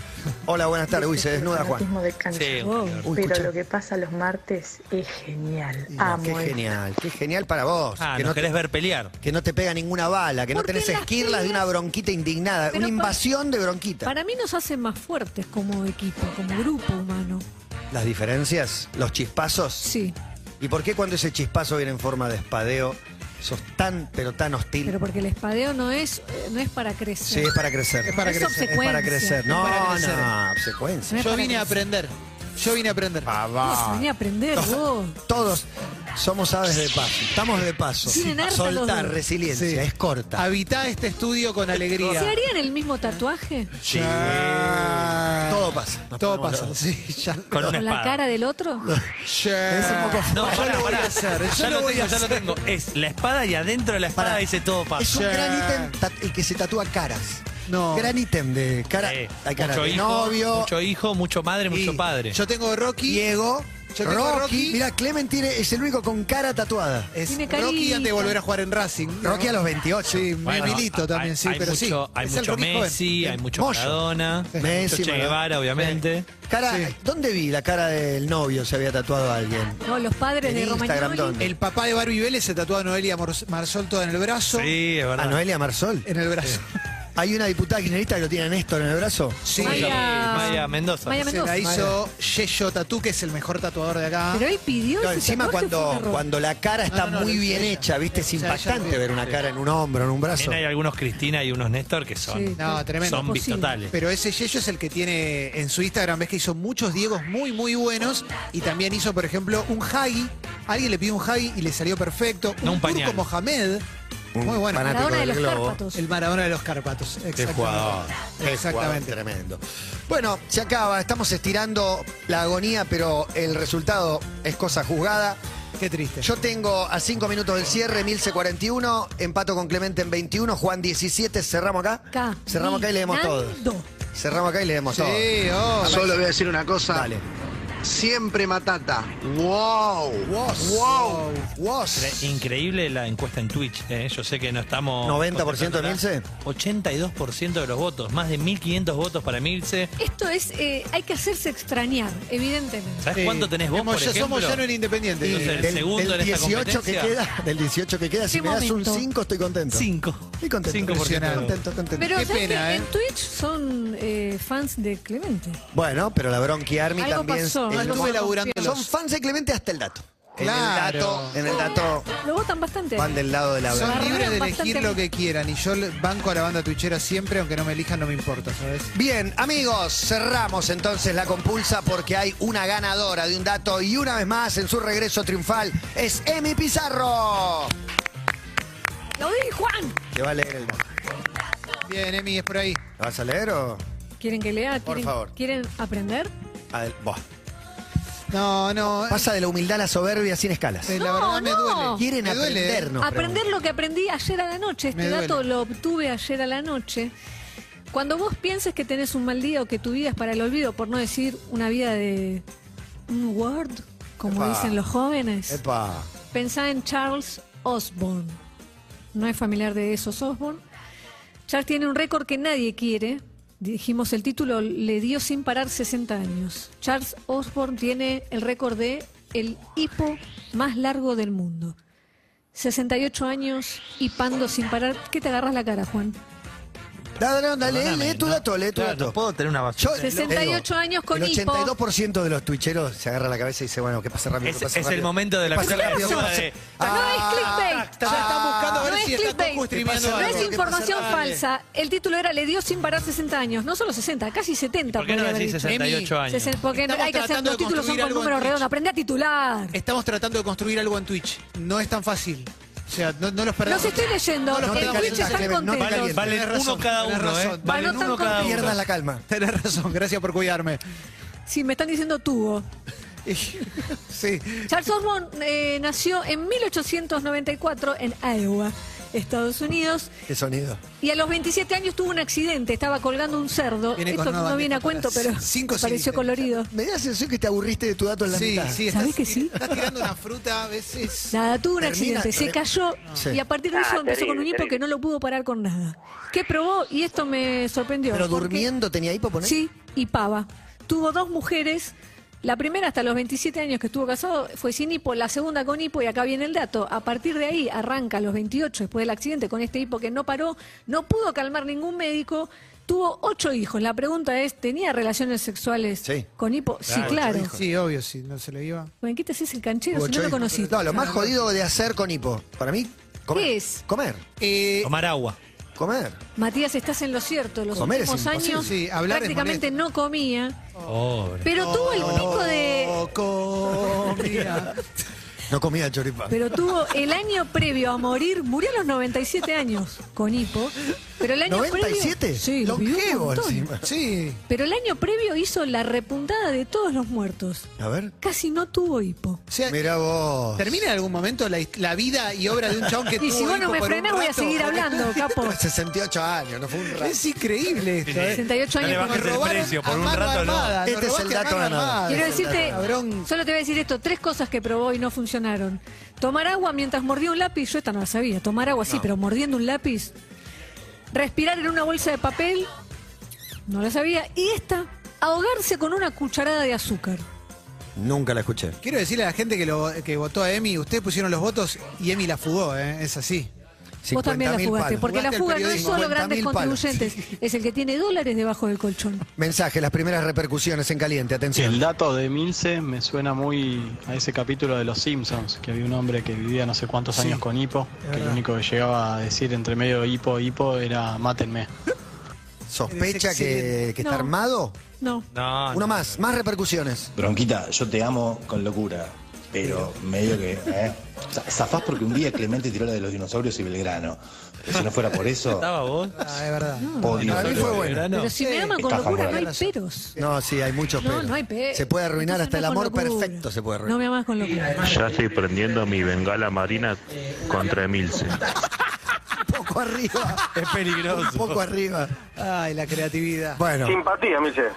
Speaker 3: Hola, buenas tardes. Uy, se desnuda Juan.
Speaker 14: de cancha.
Speaker 6: Sí, un
Speaker 5: Wow.
Speaker 6: traidor.
Speaker 3: Uy,
Speaker 14: Pero
Speaker 3: escucha.
Speaker 14: lo que pasa los martes es genial.
Speaker 3: No,
Speaker 8: Ah,
Speaker 14: Amo
Speaker 3: qué
Speaker 14: esto.
Speaker 3: genial, qué genial para vos.
Speaker 6: Ah,
Speaker 3: que,
Speaker 6: nos
Speaker 3: no
Speaker 6: querés
Speaker 3: te,
Speaker 6: ver pelear.
Speaker 3: que no te pega ninguna bala, que no
Speaker 5: ¿Por qué
Speaker 3: tenés
Speaker 5: las
Speaker 3: esquirlas de
Speaker 5: peleas?
Speaker 3: una bronquita indignada,
Speaker 5: Pero
Speaker 3: una
Speaker 5: pa-
Speaker 3: invasión de bronquita.
Speaker 5: Para mí nos hacen más fuertes como equipo, como grupo humano.
Speaker 3: Las diferencias, los chispazos.
Speaker 5: Sí,
Speaker 3: ¿Y por qué cuando ese chispazo viene en forma de espadeo, sos tan, pero tan hostil?
Speaker 5: pero porque el espadeo no es, eh, no es para
Speaker 3: Sí,
Speaker 5: crecer.
Speaker 3: es para crecer.
Speaker 4: Es para
Speaker 5: Es
Speaker 4: crecer.
Speaker 3: Es para crecer. No,
Speaker 4: Es para crecer.
Speaker 3: no, obsecuencia.
Speaker 5: No es
Speaker 4: Yo
Speaker 5: para
Speaker 4: vine a
Speaker 5: crecer.
Speaker 4: aprender. Yo vine a aprender.
Speaker 3: Ah,
Speaker 5: Vos,
Speaker 3: va.
Speaker 5: vení a aprender vos.
Speaker 3: Todos somos aves de paso. Estamos de paso.
Speaker 5: Tienen harta
Speaker 3: Soltar,
Speaker 5: los-
Speaker 3: resiliencia,
Speaker 4: Sí.
Speaker 3: es corta.
Speaker 4: Habitá este estudio con
Speaker 5: ¿Se
Speaker 3: ah.
Speaker 4: alegría.
Speaker 5: harían el mismo tatuaje?
Speaker 3: Sí.
Speaker 4: Ya.
Speaker 3: Todo pasa. Nos
Speaker 4: Todo
Speaker 3: ponemos
Speaker 4: pasa.
Speaker 3: los-
Speaker 4: Sí, ya.
Speaker 6: Con una
Speaker 5: ¿Con la
Speaker 6: espada.
Speaker 5: cara del otro?
Speaker 4: Ya.
Speaker 3: Es un poco
Speaker 6: No,
Speaker 4: Yo
Speaker 6: pará,
Speaker 4: lo voy
Speaker 6: pará.
Speaker 4: a hacer. Yo
Speaker 6: Ya
Speaker 4: lo
Speaker 6: lo
Speaker 4: voy
Speaker 6: tengo,
Speaker 4: a
Speaker 6: ya lo
Speaker 4: hacer.
Speaker 6: tengo. Es la espada y adentro de la espada
Speaker 3: Pará.
Speaker 6: dice todo
Speaker 3: Es
Speaker 6: pasa.
Speaker 3: un
Speaker 4: Ya.
Speaker 3: gran ítem ta- el que se tatúa caras.
Speaker 4: No.
Speaker 3: Gran ítem de cara.
Speaker 6: Eh,
Speaker 3: hay cara
Speaker 6: mucho
Speaker 3: de
Speaker 6: hijo,
Speaker 3: novio.
Speaker 6: mucho hijo, mucho madre,
Speaker 4: Y
Speaker 6: mucho padre.
Speaker 4: Yo tengo Rocky.
Speaker 3: Diego.
Speaker 4: Yo tengo
Speaker 3: Rocky.
Speaker 4: Rocky.
Speaker 3: Mirá, Clement tiene- es el único con cara tatuada.
Speaker 4: Es
Speaker 5: Tiene
Speaker 4: Rocky
Speaker 5: carita.
Speaker 4: antes de volver a jugar en Racing. ¿no?
Speaker 3: Rocky a los 28.
Speaker 4: Sí,
Speaker 6: Bueno,
Speaker 4: Milito
Speaker 6: hay-
Speaker 4: también, sí,
Speaker 6: hay
Speaker 4: pero sí.
Speaker 6: mucho, Hay
Speaker 4: Es el
Speaker 6: mucho
Speaker 4: Rocky joven.
Speaker 6: Messi, hay mucho
Speaker 3: Moyo.
Speaker 6: Maradona,
Speaker 3: Messi,
Speaker 6: mucho Che
Speaker 3: Maradona.
Speaker 6: Guevara, obviamente.
Speaker 3: Cara,
Speaker 4: Sí.
Speaker 3: ¿dónde vi la cara del novio se había tatuado a alguien?
Speaker 5: No, los padres
Speaker 3: En
Speaker 5: de
Speaker 3: Instagram,
Speaker 5: Romagnoli.
Speaker 3: ¿dónde?
Speaker 4: El papá de Barbie Vélez se tatuó a Noelia Mor- Marsol toda en el brazo.
Speaker 6: Sí, es
Speaker 3: A
Speaker 4: Ah,
Speaker 6: verdad.
Speaker 3: Noelia Marsol.
Speaker 4: En el brazo.
Speaker 3: Hay una diputada kirchnerista que lo tiene a Néstor en el brazo.
Speaker 4: Sí.
Speaker 5: Maya-
Speaker 6: Maya Mendoza.
Speaker 5: Maya
Speaker 4: Se
Speaker 5: Mendoza.
Speaker 4: la hizo Yeyo Tatú, que es el mejor tatuador de acá.
Speaker 5: Pero él pidió
Speaker 3: No,
Speaker 5: ese
Speaker 3: encima
Speaker 5: tatuaje, fue
Speaker 3: cuando,
Speaker 5: un error.
Speaker 3: cuando la cara está
Speaker 4: No, no, no,
Speaker 3: muy
Speaker 4: lo hizo
Speaker 3: bien
Speaker 4: ella.
Speaker 3: hecha, viste, es
Speaker 4: O sea, ella
Speaker 3: impactante
Speaker 4: lo-
Speaker 3: ver una cara en un hombro, en un brazo.
Speaker 6: También hay algunos Cristina y unos Néstor que son
Speaker 5: Sí.
Speaker 4: No, tremendo.
Speaker 6: zombies
Speaker 5: Imposible.
Speaker 6: totales.
Speaker 4: Pero ese Yeyo es el que tiene en su Instagram, ves que hizo muchos Diegos muy, muy buenos. Y también hizo, por ejemplo, un Hagi. Alguien le pidió un Hagi y le salió perfecto.
Speaker 6: No, un
Speaker 4: turco
Speaker 6: pañal.
Speaker 4: Mohamed.
Speaker 3: Un
Speaker 4: Muy bueno.
Speaker 3: fanático
Speaker 5: La hora de
Speaker 3: del
Speaker 5: los
Speaker 3: globo.
Speaker 5: Cárpatos.
Speaker 4: El Maradona de los Carpatos.
Speaker 3: Qué
Speaker 4: Exactamente.
Speaker 3: jugador. Qué jugador
Speaker 4: Exactamente.
Speaker 3: Tremendo. Bueno, se acaba. Estamos estirando la agonía, pero el resultado es cosa juzgada.
Speaker 4: Qué triste.
Speaker 3: Yo tengo a 5 minutos del cierre, 1141. Empato con Clemente en 21. Juan 17. Cerramos acá.
Speaker 5: Acá.
Speaker 3: Cerramos acá y leemos todo.
Speaker 5: Nando.
Speaker 3: Cerramos acá y leemos
Speaker 4: Sí,
Speaker 3: todo.
Speaker 4: oh.
Speaker 13: Solo voy a decir una cosa.
Speaker 3: Dale.
Speaker 13: Siempre matata. Wow.
Speaker 3: Vos.
Speaker 13: Wow.
Speaker 3: Vos.
Speaker 6: Increíble la encuesta en Twitch. eh. Yo sé que no estamos.
Speaker 3: 90% de Milce.
Speaker 6: 82% de los votos. Más de 1.500 votos para Milce.
Speaker 5: Esto es, eh, hay que hacerse extrañar, evidentemente.
Speaker 6: ¿Sabes
Speaker 4: Sí.
Speaker 6: cuánto tenés vos,
Speaker 4: Hemos-
Speaker 6: por
Speaker 4: ya
Speaker 6: ejemplo?
Speaker 4: Somos ya no en Independiente.
Speaker 6: Sí.
Speaker 4: Eh,
Speaker 6: el segundo en esta
Speaker 3: que
Speaker 6: competencia.
Speaker 3: queda, del 18 que queda, si
Speaker 5: ¿Qué
Speaker 3: me das un
Speaker 5: momento?
Speaker 3: 5 estoy contento.
Speaker 6: 5.
Speaker 3: Estoy contento.
Speaker 6: 5%.
Speaker 3: Contento, contento.
Speaker 5: Pero
Speaker 4: Qué
Speaker 5: ¿sabes
Speaker 4: pena,
Speaker 5: qué?
Speaker 4: ¿eh?
Speaker 5: en Twitch son eh, fans de Clemente.
Speaker 3: Bueno, pero la Bronchi Army
Speaker 5: Algo
Speaker 3: también.
Speaker 5: pasó,
Speaker 3: es
Speaker 5: no
Speaker 4: estuve
Speaker 3: muy-
Speaker 4: laburándolos.
Speaker 3: Son fans de Clemente hasta el dato.
Speaker 4: Claro.
Speaker 3: En el dato, en el dato
Speaker 5: Lo votan bastante.
Speaker 3: van del lado de la
Speaker 4: Son
Speaker 5: Agarraron
Speaker 3: Bronchi.
Speaker 4: libres de
Speaker 5: bastante
Speaker 4: elegir
Speaker 5: a
Speaker 4: lo
Speaker 5: mí.
Speaker 4: que quieran. Y yo le- banco a la banda tuichera siempre, aunque no me elijan, no me importa, ¿sabes?
Speaker 3: Bien, amigos, cerramos entonces la compulsa porque hay una ganadora de un dato y una vez más en su regreso triunfal es Emi Pizarro,
Speaker 5: Lo di, Juan.
Speaker 3: que va a leer el dato.
Speaker 4: Bien, Emi, es por ahí.
Speaker 3: ¿La vas a leer o...?
Speaker 5: ¿Quieren que lea? ¿Quieren,
Speaker 3: Por favor.
Speaker 5: ¿Quieren aprender?
Speaker 3: Adel- Buah.
Speaker 4: No, no. eh,
Speaker 3: Pasa de la humildad a la soberbia sin escalas.
Speaker 4: eh, la
Speaker 5: No,
Speaker 4: verdad me
Speaker 5: no.
Speaker 4: duele.
Speaker 3: Quieren
Speaker 4: me duele. eh.
Speaker 3: aprendernos.
Speaker 5: Aprender lo que aprendí ayer a la noche. Este
Speaker 4: Me duele.
Speaker 5: dato lo obtuve ayer a la noche. Cuando vos pienses que tenés un mal día o que tu vida es para el olvido, por no decir una vida de un Word, como
Speaker 3: Epa.
Speaker 5: dicen los jóvenes.
Speaker 3: Epa.
Speaker 5: Pensá en Charles Osborne. No es familiar de esos Osborne. Charles tiene un récord que nadie quiere. Dijimos el título, le dio sin parar 60 años. Charles Osborne tiene el récord de el hipo más largo del mundo. 68 años hipando sin parar. ¿Qué te agarras la cara, Juan?
Speaker 3: Dale, no, dale,
Speaker 6: Perdóname,
Speaker 3: lee tu
Speaker 6: no,
Speaker 3: dato, lee tu
Speaker 6: claro,
Speaker 3: dato.
Speaker 6: no puedo tener una basura.
Speaker 5: 68 años con
Speaker 3: El
Speaker 5: hipo.
Speaker 3: 82% de los tuicheros se agarra la cabeza y dice, bueno, que pase rápido,
Speaker 6: Es-
Speaker 3: que pase
Speaker 6: es el
Speaker 3: rápido.
Speaker 6: momento de
Speaker 3: Que
Speaker 6: la
Speaker 3: pase
Speaker 6: mitad de la
Speaker 3: rápido, que
Speaker 6: basura
Speaker 3: pase- Ah,
Speaker 6: de- Ah.
Speaker 5: No es clickbait.
Speaker 4: ya están buscando a ver
Speaker 5: no
Speaker 4: si
Speaker 5: es
Speaker 4: está
Speaker 5: clickbait.
Speaker 4: Coco streameando
Speaker 5: No
Speaker 4: algo.
Speaker 5: es
Speaker 4: ¿Qué
Speaker 5: información
Speaker 4: pasa?
Speaker 5: falsa. El título era Le dio sin parar 60 años. No solo 60, casi 70.
Speaker 6: ¿Por qué no
Speaker 5: podría haber
Speaker 6: decís
Speaker 5: dicho.
Speaker 6: 68 años?
Speaker 5: Sesen- Porque
Speaker 4: Estamos
Speaker 5: hay que hacer
Speaker 4: tratando
Speaker 5: los
Speaker 4: de
Speaker 5: títulos son
Speaker 4: construir algo en
Speaker 5: con
Speaker 4: Eh,
Speaker 5: números
Speaker 4: Twitch.
Speaker 5: redondos. Aprende a titular.
Speaker 4: Estamos tratando de construir algo en Twitch. No es tan fácil. O sea, no, no los perdamos.
Speaker 5: Los estoy leyendo. Eh,
Speaker 4: No, no te
Speaker 5: en Twitch
Speaker 4: calientes,
Speaker 5: están
Speaker 4: Clemen, no te
Speaker 5: contentos.
Speaker 4: calientes.
Speaker 6: Valen
Speaker 4: Tenés
Speaker 6: uno
Speaker 4: razón,
Speaker 6: cada
Speaker 4: tenés
Speaker 6: uno, ¿eh?
Speaker 4: razón.
Speaker 6: Valen
Speaker 5: Anotan
Speaker 6: uno
Speaker 5: con
Speaker 6: cada uno.
Speaker 3: Pierdan la calma.
Speaker 4: Tenés razón, gracias por cuidarme.
Speaker 5: Sí, me están diciendo tubo.
Speaker 4: sí.
Speaker 5: Charles Osborne eh, nació en 1894 en Iowa, Estados Unidos.
Speaker 3: Qué sonido.
Speaker 5: Y a los 27 años tuvo un accidente, estaba colgando un cerdo.
Speaker 4: Viene
Speaker 5: Esto
Speaker 4: con una
Speaker 5: no viene a
Speaker 4: bandera
Speaker 5: cuento,
Speaker 4: para
Speaker 5: pero
Speaker 4: cinco
Speaker 5: pareció
Speaker 4: cilindros.
Speaker 5: colorido.
Speaker 3: Me da la sensación que te aburriste de tu dato en la
Speaker 4: Sí,
Speaker 3: mitad.
Speaker 4: sí,
Speaker 5: ¿Sabés
Speaker 4: estás-
Speaker 5: que sí?
Speaker 4: Estás tirando una fruta a veces.
Speaker 5: Nada, tuvo un
Speaker 3: Termina-
Speaker 5: accidente, se
Speaker 3: re-
Speaker 5: cayó
Speaker 4: Ah.
Speaker 3: Sí.
Speaker 5: y a partir de eso empezó con un hipo que no lo pudo parar con nada. ¿Qué probó? Y esto me sorprendió.
Speaker 3: Pero
Speaker 5: porque-
Speaker 3: durmiendo tenía hipo, poner.
Speaker 5: Sí, y pava. Tuvo dos mujeres. La primera hasta los 27 años que estuvo casado fue sin hipo, la segunda con hipo y acá viene el dato. A partir de ahí arranca a los 28 después del accidente con este hipo que no paró, no pudo calmar ningún médico, tuvo ocho hijos. La pregunta es, ¿tenía relaciones sexuales
Speaker 3: Sí.
Speaker 5: con hipo? sí,
Speaker 3: Claro,
Speaker 5: claro.
Speaker 3: ocho hijos.
Speaker 4: Sí, obvio, si no se le iba.
Speaker 5: Bueno, ¿qué te haces el canchero si
Speaker 3: Ocho
Speaker 5: no lo
Speaker 3: hijos.
Speaker 5: conociste?
Speaker 3: No, lo más jodido de hacer con hipo, para mí, comer.
Speaker 5: ¿Qué es?
Speaker 3: Comer,
Speaker 4: Eh,
Speaker 6: Tomar agua.
Speaker 3: comer.
Speaker 5: Matías, estás en lo cierto. Los
Speaker 3: Comer es
Speaker 5: últimos
Speaker 3: imposible.
Speaker 5: años
Speaker 4: Sí, hablar es
Speaker 5: prácticamente no comía,
Speaker 6: Pobre.
Speaker 5: pero tuvo el pico de...
Speaker 4: Coco, mira.
Speaker 3: No comía choripán.
Speaker 5: Pero tuvo el año previo a morir, murió a los 97 años con hipo, pero el año previo...
Speaker 3: ¿97?
Speaker 5: Sí, lo vivió un
Speaker 3: Longevo
Speaker 5: montón.
Speaker 3: encima.
Speaker 4: Sí.
Speaker 5: Pero el año previo hizo la repuntada de todos los muertos.
Speaker 3: A ver.
Speaker 5: Casi no tuvo hipo.
Speaker 4: O sea,
Speaker 3: Mirá vos.
Speaker 4: termina en algún momento la, hist- la vida y obra de un chabón que
Speaker 5: Y si
Speaker 4: tuvo
Speaker 5: vos no
Speaker 4: hipo
Speaker 5: me
Speaker 4: por un
Speaker 5: frenás voy a
Speaker 4: rato.
Speaker 5: seguir hablando, capo.
Speaker 3: 68 años, no fue un rato.
Speaker 4: Es increíble esto, ¿eh?
Speaker 5: 68
Speaker 6: No le
Speaker 5: años
Speaker 6: bajes
Speaker 5: con
Speaker 6: el
Speaker 4: Robaron
Speaker 6: precio, por
Speaker 4: a
Speaker 6: un
Speaker 4: mano
Speaker 6: rato no.
Speaker 4: armada, nos
Speaker 3: Este es el
Speaker 4: robaste a
Speaker 3: dato
Speaker 4: mano
Speaker 3: ganado.
Speaker 4: armada.
Speaker 5: Quiero
Speaker 4: Es el
Speaker 5: decirte,
Speaker 4: dato, cabrón.
Speaker 5: solo te voy a decir esto, tres cosas que probó y no funcionaron. Tomar agua mientras mordía un lápiz, yo esta no la sabía, tomar agua sí, pero mordiendo un lápiz. Respirar en una bolsa de papel, no la sabía. Y esta, ahogarse con una cucharada de azúcar.
Speaker 3: Nunca la escuché.
Speaker 4: Quiero decirle a la gente que, lo, que votó a Emi, ustedes pusieron los votos y Emi la fugó, ¿eh? es así.
Speaker 5: Vos también la
Speaker 3: 50.000
Speaker 5: fugaste,
Speaker 3: palos.
Speaker 5: porque la
Speaker 4: Jugaste al
Speaker 5: fuga no es
Speaker 4: periodismo,
Speaker 5: solo grandes
Speaker 3: 50.000 palos.
Speaker 5: contribuyentes, es el que tiene dólares debajo del colchón.
Speaker 3: Mensaje, las primeras repercusiones en caliente, atención.
Speaker 15: El dato de Milce me suena muy a ese capítulo de Los Simpsons, que había un hombre que vivía no sé cuántos
Speaker 4: Sí,
Speaker 15: años con hipo, que
Speaker 4: verdad.
Speaker 15: lo único que llegaba a decir entre medio hipo hipo era mátenme.
Speaker 3: ¿Sospecha
Speaker 4: Es
Speaker 3: que,
Speaker 4: excelente.
Speaker 3: que está
Speaker 5: No.
Speaker 3: armado?
Speaker 5: No.
Speaker 6: Ah, No,
Speaker 3: Uno
Speaker 6: no.
Speaker 3: más, más repercusiones.
Speaker 16: Bronquita, yo te amo con locura, pero medio que. ¿eh? Za- Zafás porque un día Clemente tiró la de los dinosaurios y Belgrano. Pero si no fuera por eso,
Speaker 6: ¿Estaba vos?
Speaker 4: Ah, es verdad.
Speaker 16: podio.
Speaker 3: Para mí fue bueno.
Speaker 6: Verano.
Speaker 5: Pero si
Speaker 4: Sí.
Speaker 5: me aman con
Speaker 16: Estás
Speaker 5: locura no hay
Speaker 16: jugando.
Speaker 5: peros.
Speaker 3: No, sí, hay muchos
Speaker 5: No,
Speaker 3: peros.
Speaker 5: no hay peros.
Speaker 3: Se puede arruinar
Speaker 5: Entonces
Speaker 3: hasta el
Speaker 5: andá con
Speaker 3: amor
Speaker 5: locura.
Speaker 3: perfecto, se puede
Speaker 5: No
Speaker 3: arruinar.
Speaker 5: me amas con locura.
Speaker 17: Ya estoy prendiendo mi bengala marina contra Emilce.
Speaker 3: Un poco arriba,
Speaker 6: Es
Speaker 3: un
Speaker 6: peligroso.
Speaker 3: poco arriba.
Speaker 4: Ay, la creatividad.
Speaker 3: Bueno,
Speaker 7: Simpatía, Michelle.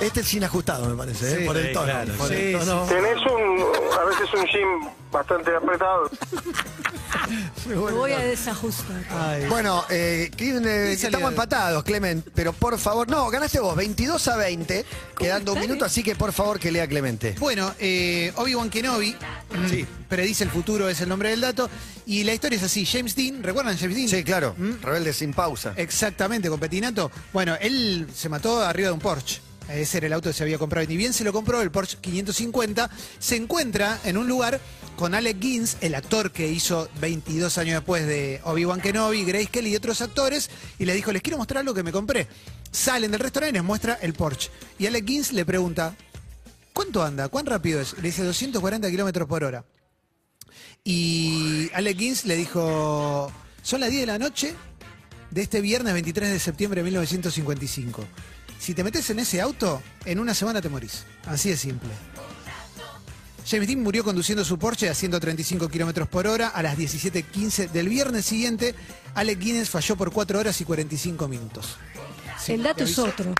Speaker 3: este es inajustado, me parece, ¿eh?
Speaker 4: Sí,
Speaker 3: por el
Speaker 6: sí,
Speaker 3: tono.
Speaker 6: claro,
Speaker 3: por
Speaker 6: sí,
Speaker 3: el tono.
Speaker 7: Tenés un, a veces un gym bastante apretado.
Speaker 5: Me voy a desajustar.
Speaker 4: Ay.
Speaker 3: Bueno, eh, ¿quién, eh,
Speaker 4: ¿Quién salió
Speaker 3: estamos
Speaker 4: de-
Speaker 3: empatados, Clemente, pero por favor, no, ganaste vos, 22 a 20, quedando un
Speaker 5: están,
Speaker 3: minuto,
Speaker 5: eh?
Speaker 3: así que por favor que lea Clemente.
Speaker 4: Bueno, eh, Obi-Wan Kenobi mm, predice el futuro, es el nombre del dato. Y la historia es así: James Dean, ¿recuerdan James Dean?
Speaker 3: Sí, claro,
Speaker 4: ¿Mm?
Speaker 3: rebelde sin pausa.
Speaker 4: Exactamente, con Petinato. Bueno, él se mató arriba de un Porsche. Ese era el auto que se había comprado. Y ni bien se lo compró, el Porsche 550, se encuentra en un lugar con Alec Gins, el actor que hizo 22 años después de Obi-Wan Kenobi, Grace Kelly y otros actores, y le dijo, les quiero mostrar lo que me compré. Salen del restaurante y les muestra el Porsche. Y Alec Gins le pregunta, ¿cuánto anda? ¿Cuán rápido es? Le dice 240 kilómetros por hora. Y Alec Gins le dijo, son las 10 de la noche de este viernes 23 de septiembre de 1955. Si te metes en ese auto, en una semana te morís. Así de simple. James Dean murió conduciendo su Porsche a 135 kilómetros por hora a las 17.15 del viernes siguiente. Alec Guinness falló por 4 horas y 45 minutos. Sí,
Speaker 5: el dato
Speaker 4: te
Speaker 5: es
Speaker 4: aviso.
Speaker 5: otro.
Speaker 3: O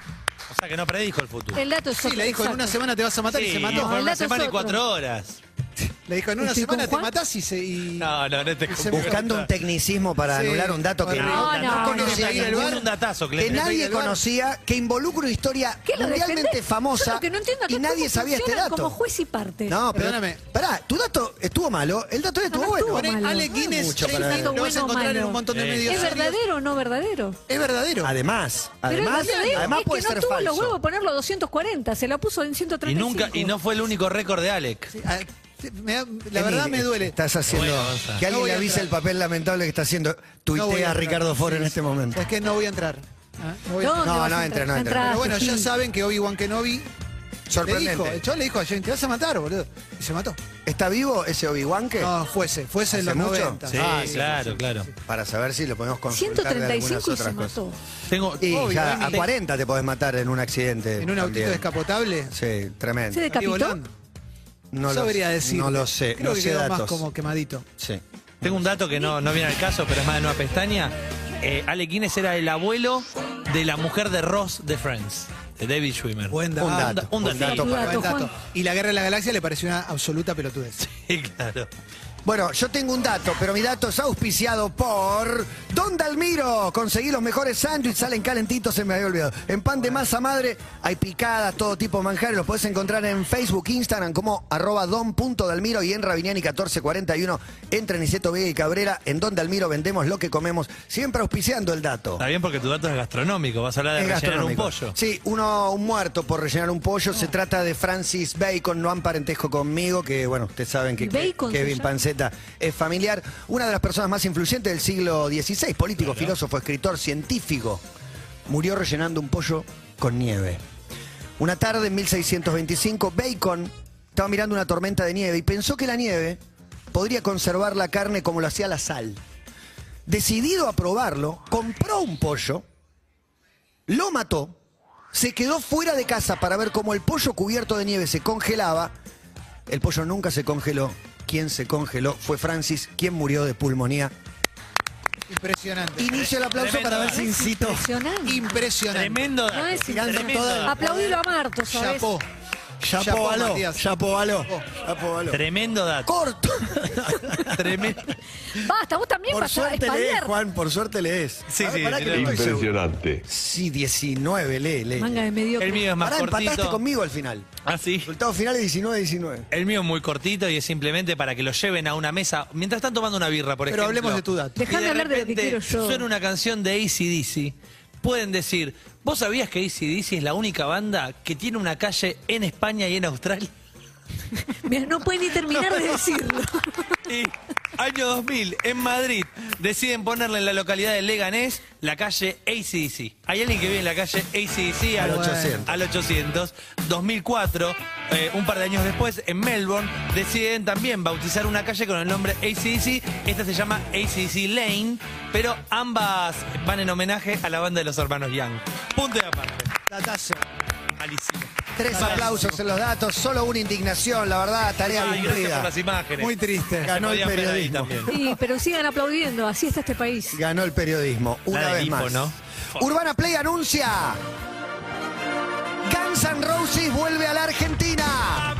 Speaker 6: O sea, que no predijo el futuro.
Speaker 5: El dato es
Speaker 4: Sí,
Speaker 5: otro,
Speaker 4: le dijo, en
Speaker 5: exacto.
Speaker 4: una semana te vas a matar y
Speaker 6: Sí,
Speaker 4: se mató.
Speaker 6: Por una semana y
Speaker 5: otro.
Speaker 6: cuatro horas.
Speaker 4: Le dijo, en una
Speaker 5: Estoy con
Speaker 4: semana te
Speaker 5: Juan.
Speaker 4: matás y se... y-
Speaker 6: No, no, no te
Speaker 4: Se
Speaker 3: Buscando un tecnicismo para
Speaker 4: Sí.
Speaker 3: anular un dato que
Speaker 4: No,
Speaker 3: no,
Speaker 5: no, no,
Speaker 3: conocía
Speaker 6: no,
Speaker 3: en el
Speaker 6: no,
Speaker 3: bar,
Speaker 6: no, un datazo,
Speaker 3: que
Speaker 6: Clemente.
Speaker 3: nadie
Speaker 4: Del bar.
Speaker 3: conocía, que involucra una historia
Speaker 5: ¿Qué lo
Speaker 3: mundialmente
Speaker 5: defendés? Yo
Speaker 3: famosa
Speaker 5: lo que no entiendo es
Speaker 3: y
Speaker 5: que
Speaker 3: nadie
Speaker 5: cómo
Speaker 3: sabía este
Speaker 5: funcionan
Speaker 3: dato.
Speaker 5: Como juez y parte.
Speaker 3: No, pero,
Speaker 4: Perdóname.
Speaker 3: Pará, tu dato estuvo malo, el dato estuvo
Speaker 5: no
Speaker 3: bueno.
Speaker 5: estuvo
Speaker 4: Poné
Speaker 5: malo.
Speaker 4: Ale Guinness,
Speaker 3: Mucho
Speaker 4: James
Speaker 3: para
Speaker 4: Dean,
Speaker 3: ver.
Speaker 4: lo vas a
Speaker 5: Bueno o
Speaker 4: encontrar en
Speaker 5: malo.
Speaker 4: un montón de
Speaker 6: Sí.
Speaker 4: medios.
Speaker 5: ¿Es verdadero o no verdadero?
Speaker 4: Es verdadero.
Speaker 3: Además,
Speaker 5: Pero el
Speaker 3: además,
Speaker 5: verdadero
Speaker 3: además
Speaker 5: es
Speaker 3: puede
Speaker 5: que no
Speaker 3: ser
Speaker 5: tuvo
Speaker 3: falso.
Speaker 5: los huevos de ponerlo 240, se la puso en 135.
Speaker 6: Y nunca, y no fue el único récord de Alec.
Speaker 4: Ah, te- me da- la
Speaker 3: Emi,
Speaker 4: verdad me duele.
Speaker 3: Estás haciendo
Speaker 6: Bueno, Gonza.
Speaker 3: que
Speaker 4: No
Speaker 3: alguien
Speaker 4: voy
Speaker 3: le
Speaker 4: a
Speaker 3: avise
Speaker 4: entrar.
Speaker 3: el papel lamentable que está haciendo.
Speaker 4: No voy
Speaker 3: Tuitea a
Speaker 4: entrar.
Speaker 3: Ricardo Foro en
Speaker 4: Sí,
Speaker 3: este
Speaker 4: sí.
Speaker 3: momento.
Speaker 4: Es que no voy a entrar. Ah, no voy a
Speaker 5: ¿Dónde
Speaker 4: entrar.
Speaker 3: No,
Speaker 5: vas
Speaker 3: no,
Speaker 5: a
Speaker 3: entra,
Speaker 5: entrar?
Speaker 3: no, entra.
Speaker 5: Entraste.
Speaker 4: Pero bueno, ya
Speaker 5: Sí.
Speaker 4: saben que Obi-Wan Kenobi le
Speaker 3: Sorprendente.
Speaker 4: dijo, el chaval le dijo a James, te vas a matar, boludo. Y se mató.
Speaker 3: ¿Está vivo ese Obi-Wan que?
Speaker 4: No, fuese, fuese en
Speaker 3: ¿Hace
Speaker 4: los
Speaker 3: mucho?
Speaker 4: 90.
Speaker 6: Sí,
Speaker 4: Ah,
Speaker 6: claro, claro.
Speaker 3: Para saber si lo podemos consultar de algunas
Speaker 5: 135 y
Speaker 3: otras
Speaker 5: se
Speaker 3: cosas.
Speaker 5: mató.
Speaker 6: Tengo,
Speaker 3: Y
Speaker 4: Obvio,
Speaker 3: ya
Speaker 4: Emi.
Speaker 3: a 40 te podés matar en un accidente.
Speaker 4: En un autito
Speaker 3: también.
Speaker 4: descapotable.
Speaker 3: Sí, tremendo.
Speaker 4: Andy
Speaker 5: Se decapitó.
Speaker 4: Bolón.
Speaker 3: No lo,
Speaker 4: Sabría decir.
Speaker 3: no lo sé,
Speaker 4: Creo
Speaker 3: no
Speaker 4: que
Speaker 3: sé
Speaker 4: quedó
Speaker 3: datos.
Speaker 4: más como quemadito.
Speaker 3: Sí.
Speaker 6: tengo un dato que no, no viene al caso, pero es más de nueva pestaña. Eh, Alec Guinness era el abuelo de la mujer de Ross de Friends, de David Schwimmer.
Speaker 4: Buen dato.
Speaker 6: Un Un
Speaker 3: buen
Speaker 5: dato.
Speaker 6: dato.
Speaker 4: Buen
Speaker 5: Juan.
Speaker 4: dato. Y la guerra de la galaxia le pareció una absoluta pelotudez.
Speaker 6: Sí, claro.
Speaker 3: Bueno, yo tengo un dato, pero mi dato es auspiciado por Don Dalmiro. Conseguí los mejores sándwiches, salen calentitos, se me había olvidado. En pan de masa madre hay picadas, todo tipo de manjares. Los podés encontrar en Facebook, Instagram como arroba don.dalmiro y en Rabiniani 1441 entre Niceto Vega y Cabrera. En Don Dalmiro vendemos lo que comemos, siempre auspiciando el dato.
Speaker 6: Está bien porque tu dato es gastronómico. Vas a hablar de
Speaker 3: Es
Speaker 6: rellenar un
Speaker 3: gastronómico.
Speaker 6: pollo.
Speaker 3: Sí, uno, un muerto por rellenar un pollo.
Speaker 5: Oh.
Speaker 3: Se trata de Francis Bacon, no han parentesco conmigo, que bueno, ustedes saben que
Speaker 5: Bacon se
Speaker 3: Kevin
Speaker 5: llama?
Speaker 3: Panceta es familiar. Una de las personas más influyentes del siglo XVI, político, filósofo, escritor, científico. Murió rellenando un pollo con nieve. Una tarde en 1625, Bacon estaba mirando una tormenta de nieve y pensó que la nieve podría conservar la carne como lo hacía la sal. Decidido a probarlo, compró un pollo, lo mató, se quedó fuera de casa para ver cómo el pollo cubierto de nieve se congelaba. El pollo nunca se congeló. Quien se congeló fue Francis, quien murió de pulmonía.
Speaker 4: Impresionante.
Speaker 3: Inicio el aplauso
Speaker 6: Tremendo.
Speaker 3: para ver si incito.
Speaker 5: Impresionante.
Speaker 4: Impresionante.
Speaker 6: Tremendo dato.
Speaker 5: No es
Speaker 3: Tirando
Speaker 6: tremendo
Speaker 3: toda-
Speaker 6: dato.
Speaker 5: Aplaudilo a Marto, ¿sabes?
Speaker 4: Chapó. Chapó, Matías.
Speaker 3: Chapo, aló. Chapo, aló.
Speaker 6: Tremendo dato.
Speaker 3: Corto.
Speaker 6: Tremendo.
Speaker 5: Basta, vos también
Speaker 3: Por
Speaker 5: vas a
Speaker 3: suerte lees,
Speaker 5: expandir.
Speaker 3: Juan, por suerte lees.
Speaker 6: Sí,
Speaker 3: A ver,
Speaker 6: sí,
Speaker 3: pará que
Speaker 6: mirá.
Speaker 3: no estoy seguro.
Speaker 17: Impresionante.
Speaker 3: Sí, 19, lee, lee.
Speaker 5: Manga de medio.
Speaker 6: El mío es más
Speaker 3: Pará, empataste
Speaker 6: cortito.
Speaker 3: conmigo al final.
Speaker 6: Ah, sí.
Speaker 3: Resultado final es 19-19.
Speaker 6: El mío es muy cortito y es simplemente para que lo lleven a una mesa. Mientras están tomando una birra, por
Speaker 4: Pero
Speaker 6: ejemplo.
Speaker 4: hablemos de tu dato.
Speaker 5: Dejame
Speaker 6: Y de
Speaker 5: hablar de lo que
Speaker 6: repente
Speaker 5: quiero yo.
Speaker 6: Suena una canción de ACDC. Pueden decir, ¿vos sabías que ACDC es la única banda que tiene una calle en España y en Australia?
Speaker 5: Mira, no puede ni terminar de decirlo.
Speaker 6: Y año 2000, en Madrid, deciden ponerle en la localidad de Leganés la calle ACDC. Hay alguien que vive en la calle ACDC
Speaker 3: Al 800.
Speaker 6: al 800. Al 800. 2004, eh, un par de años después, en Melbourne, deciden también bautizar una calle con el nombre ACDC. Esta se llama ACDC Lane, pero ambas van en homenaje a la banda de los hermanos Young. Punto de aparte.
Speaker 4: Datazo.
Speaker 6: Malísimo.
Speaker 3: Tres
Speaker 6: Malísimo.
Speaker 3: aplausos en los datos, solo una indignación, la verdad, tarea
Speaker 6: Ay, gracias por
Speaker 3: cumplida.
Speaker 6: las imágenes.
Speaker 4: Muy triste.
Speaker 6: Se
Speaker 3: Ganó el
Speaker 6: podían ver ahí
Speaker 3: periodismo.
Speaker 6: también.
Speaker 5: Sí, pero sigan aplaudiendo, así está este país.
Speaker 3: Ganó el periodismo, una
Speaker 6: de
Speaker 3: vez
Speaker 6: Lipo,
Speaker 3: más.
Speaker 6: ¿no?
Speaker 3: Urbana Play anuncia. Guns N' Roses vuelve a la Argentina.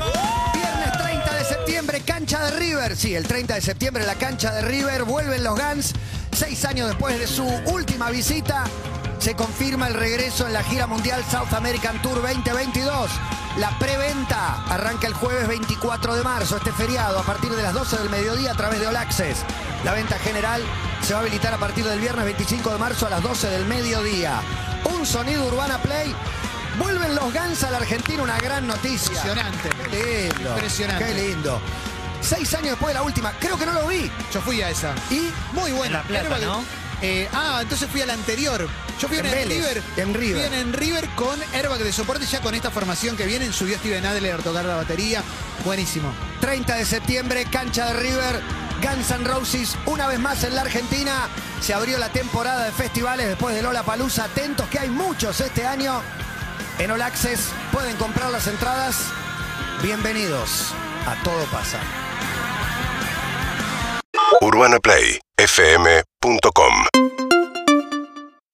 Speaker 3: Viernes 30 de septiembre, cancha de River. Sí, el 30 de septiembre, la cancha de River. Vuelven los Guns. Seis años después de su última visita, se confirma el regreso en la gira mundial South American Tour 2022. La preventa arranca el jueves 24 de marzo, este feriado, a partir de las 12 del mediodía a través de All Access. La venta general se va a habilitar a partir del viernes 25 de marzo a las 12 del mediodía. Un sonido Urbana Play. Vuelven los Guns a la Argentina, una gran noticia.
Speaker 4: Impresionante.
Speaker 3: Qué lindo.
Speaker 4: Impresionante.
Speaker 3: Qué lindo. Seis años después de la última, creo que no lo vi.
Speaker 4: Yo fui a esa.
Speaker 3: Y
Speaker 4: Muy buena.
Speaker 6: En La Plata,
Speaker 4: Claro,
Speaker 6: ¿no?
Speaker 4: eh, ah, entonces fui a la anterior. Yo fui a
Speaker 3: En
Speaker 4: una en
Speaker 3: Vélez,
Speaker 4: River.
Speaker 3: en River.
Speaker 4: Fui a una en River con airbag de soporte, ya con esta formación que vienen. Subió Steven Adler a tocar la batería. Buenísimo.
Speaker 3: 30 de septiembre, cancha de River, Guns N' Roses, una vez más en la Argentina. Se abrió la temporada de festivales después de Lola Palusa. Atentos que hay muchos este año. En All Access pueden comprar las entradas. Bienvenidos a Todo Pasa.
Speaker 1: UrbanaPlayFM.com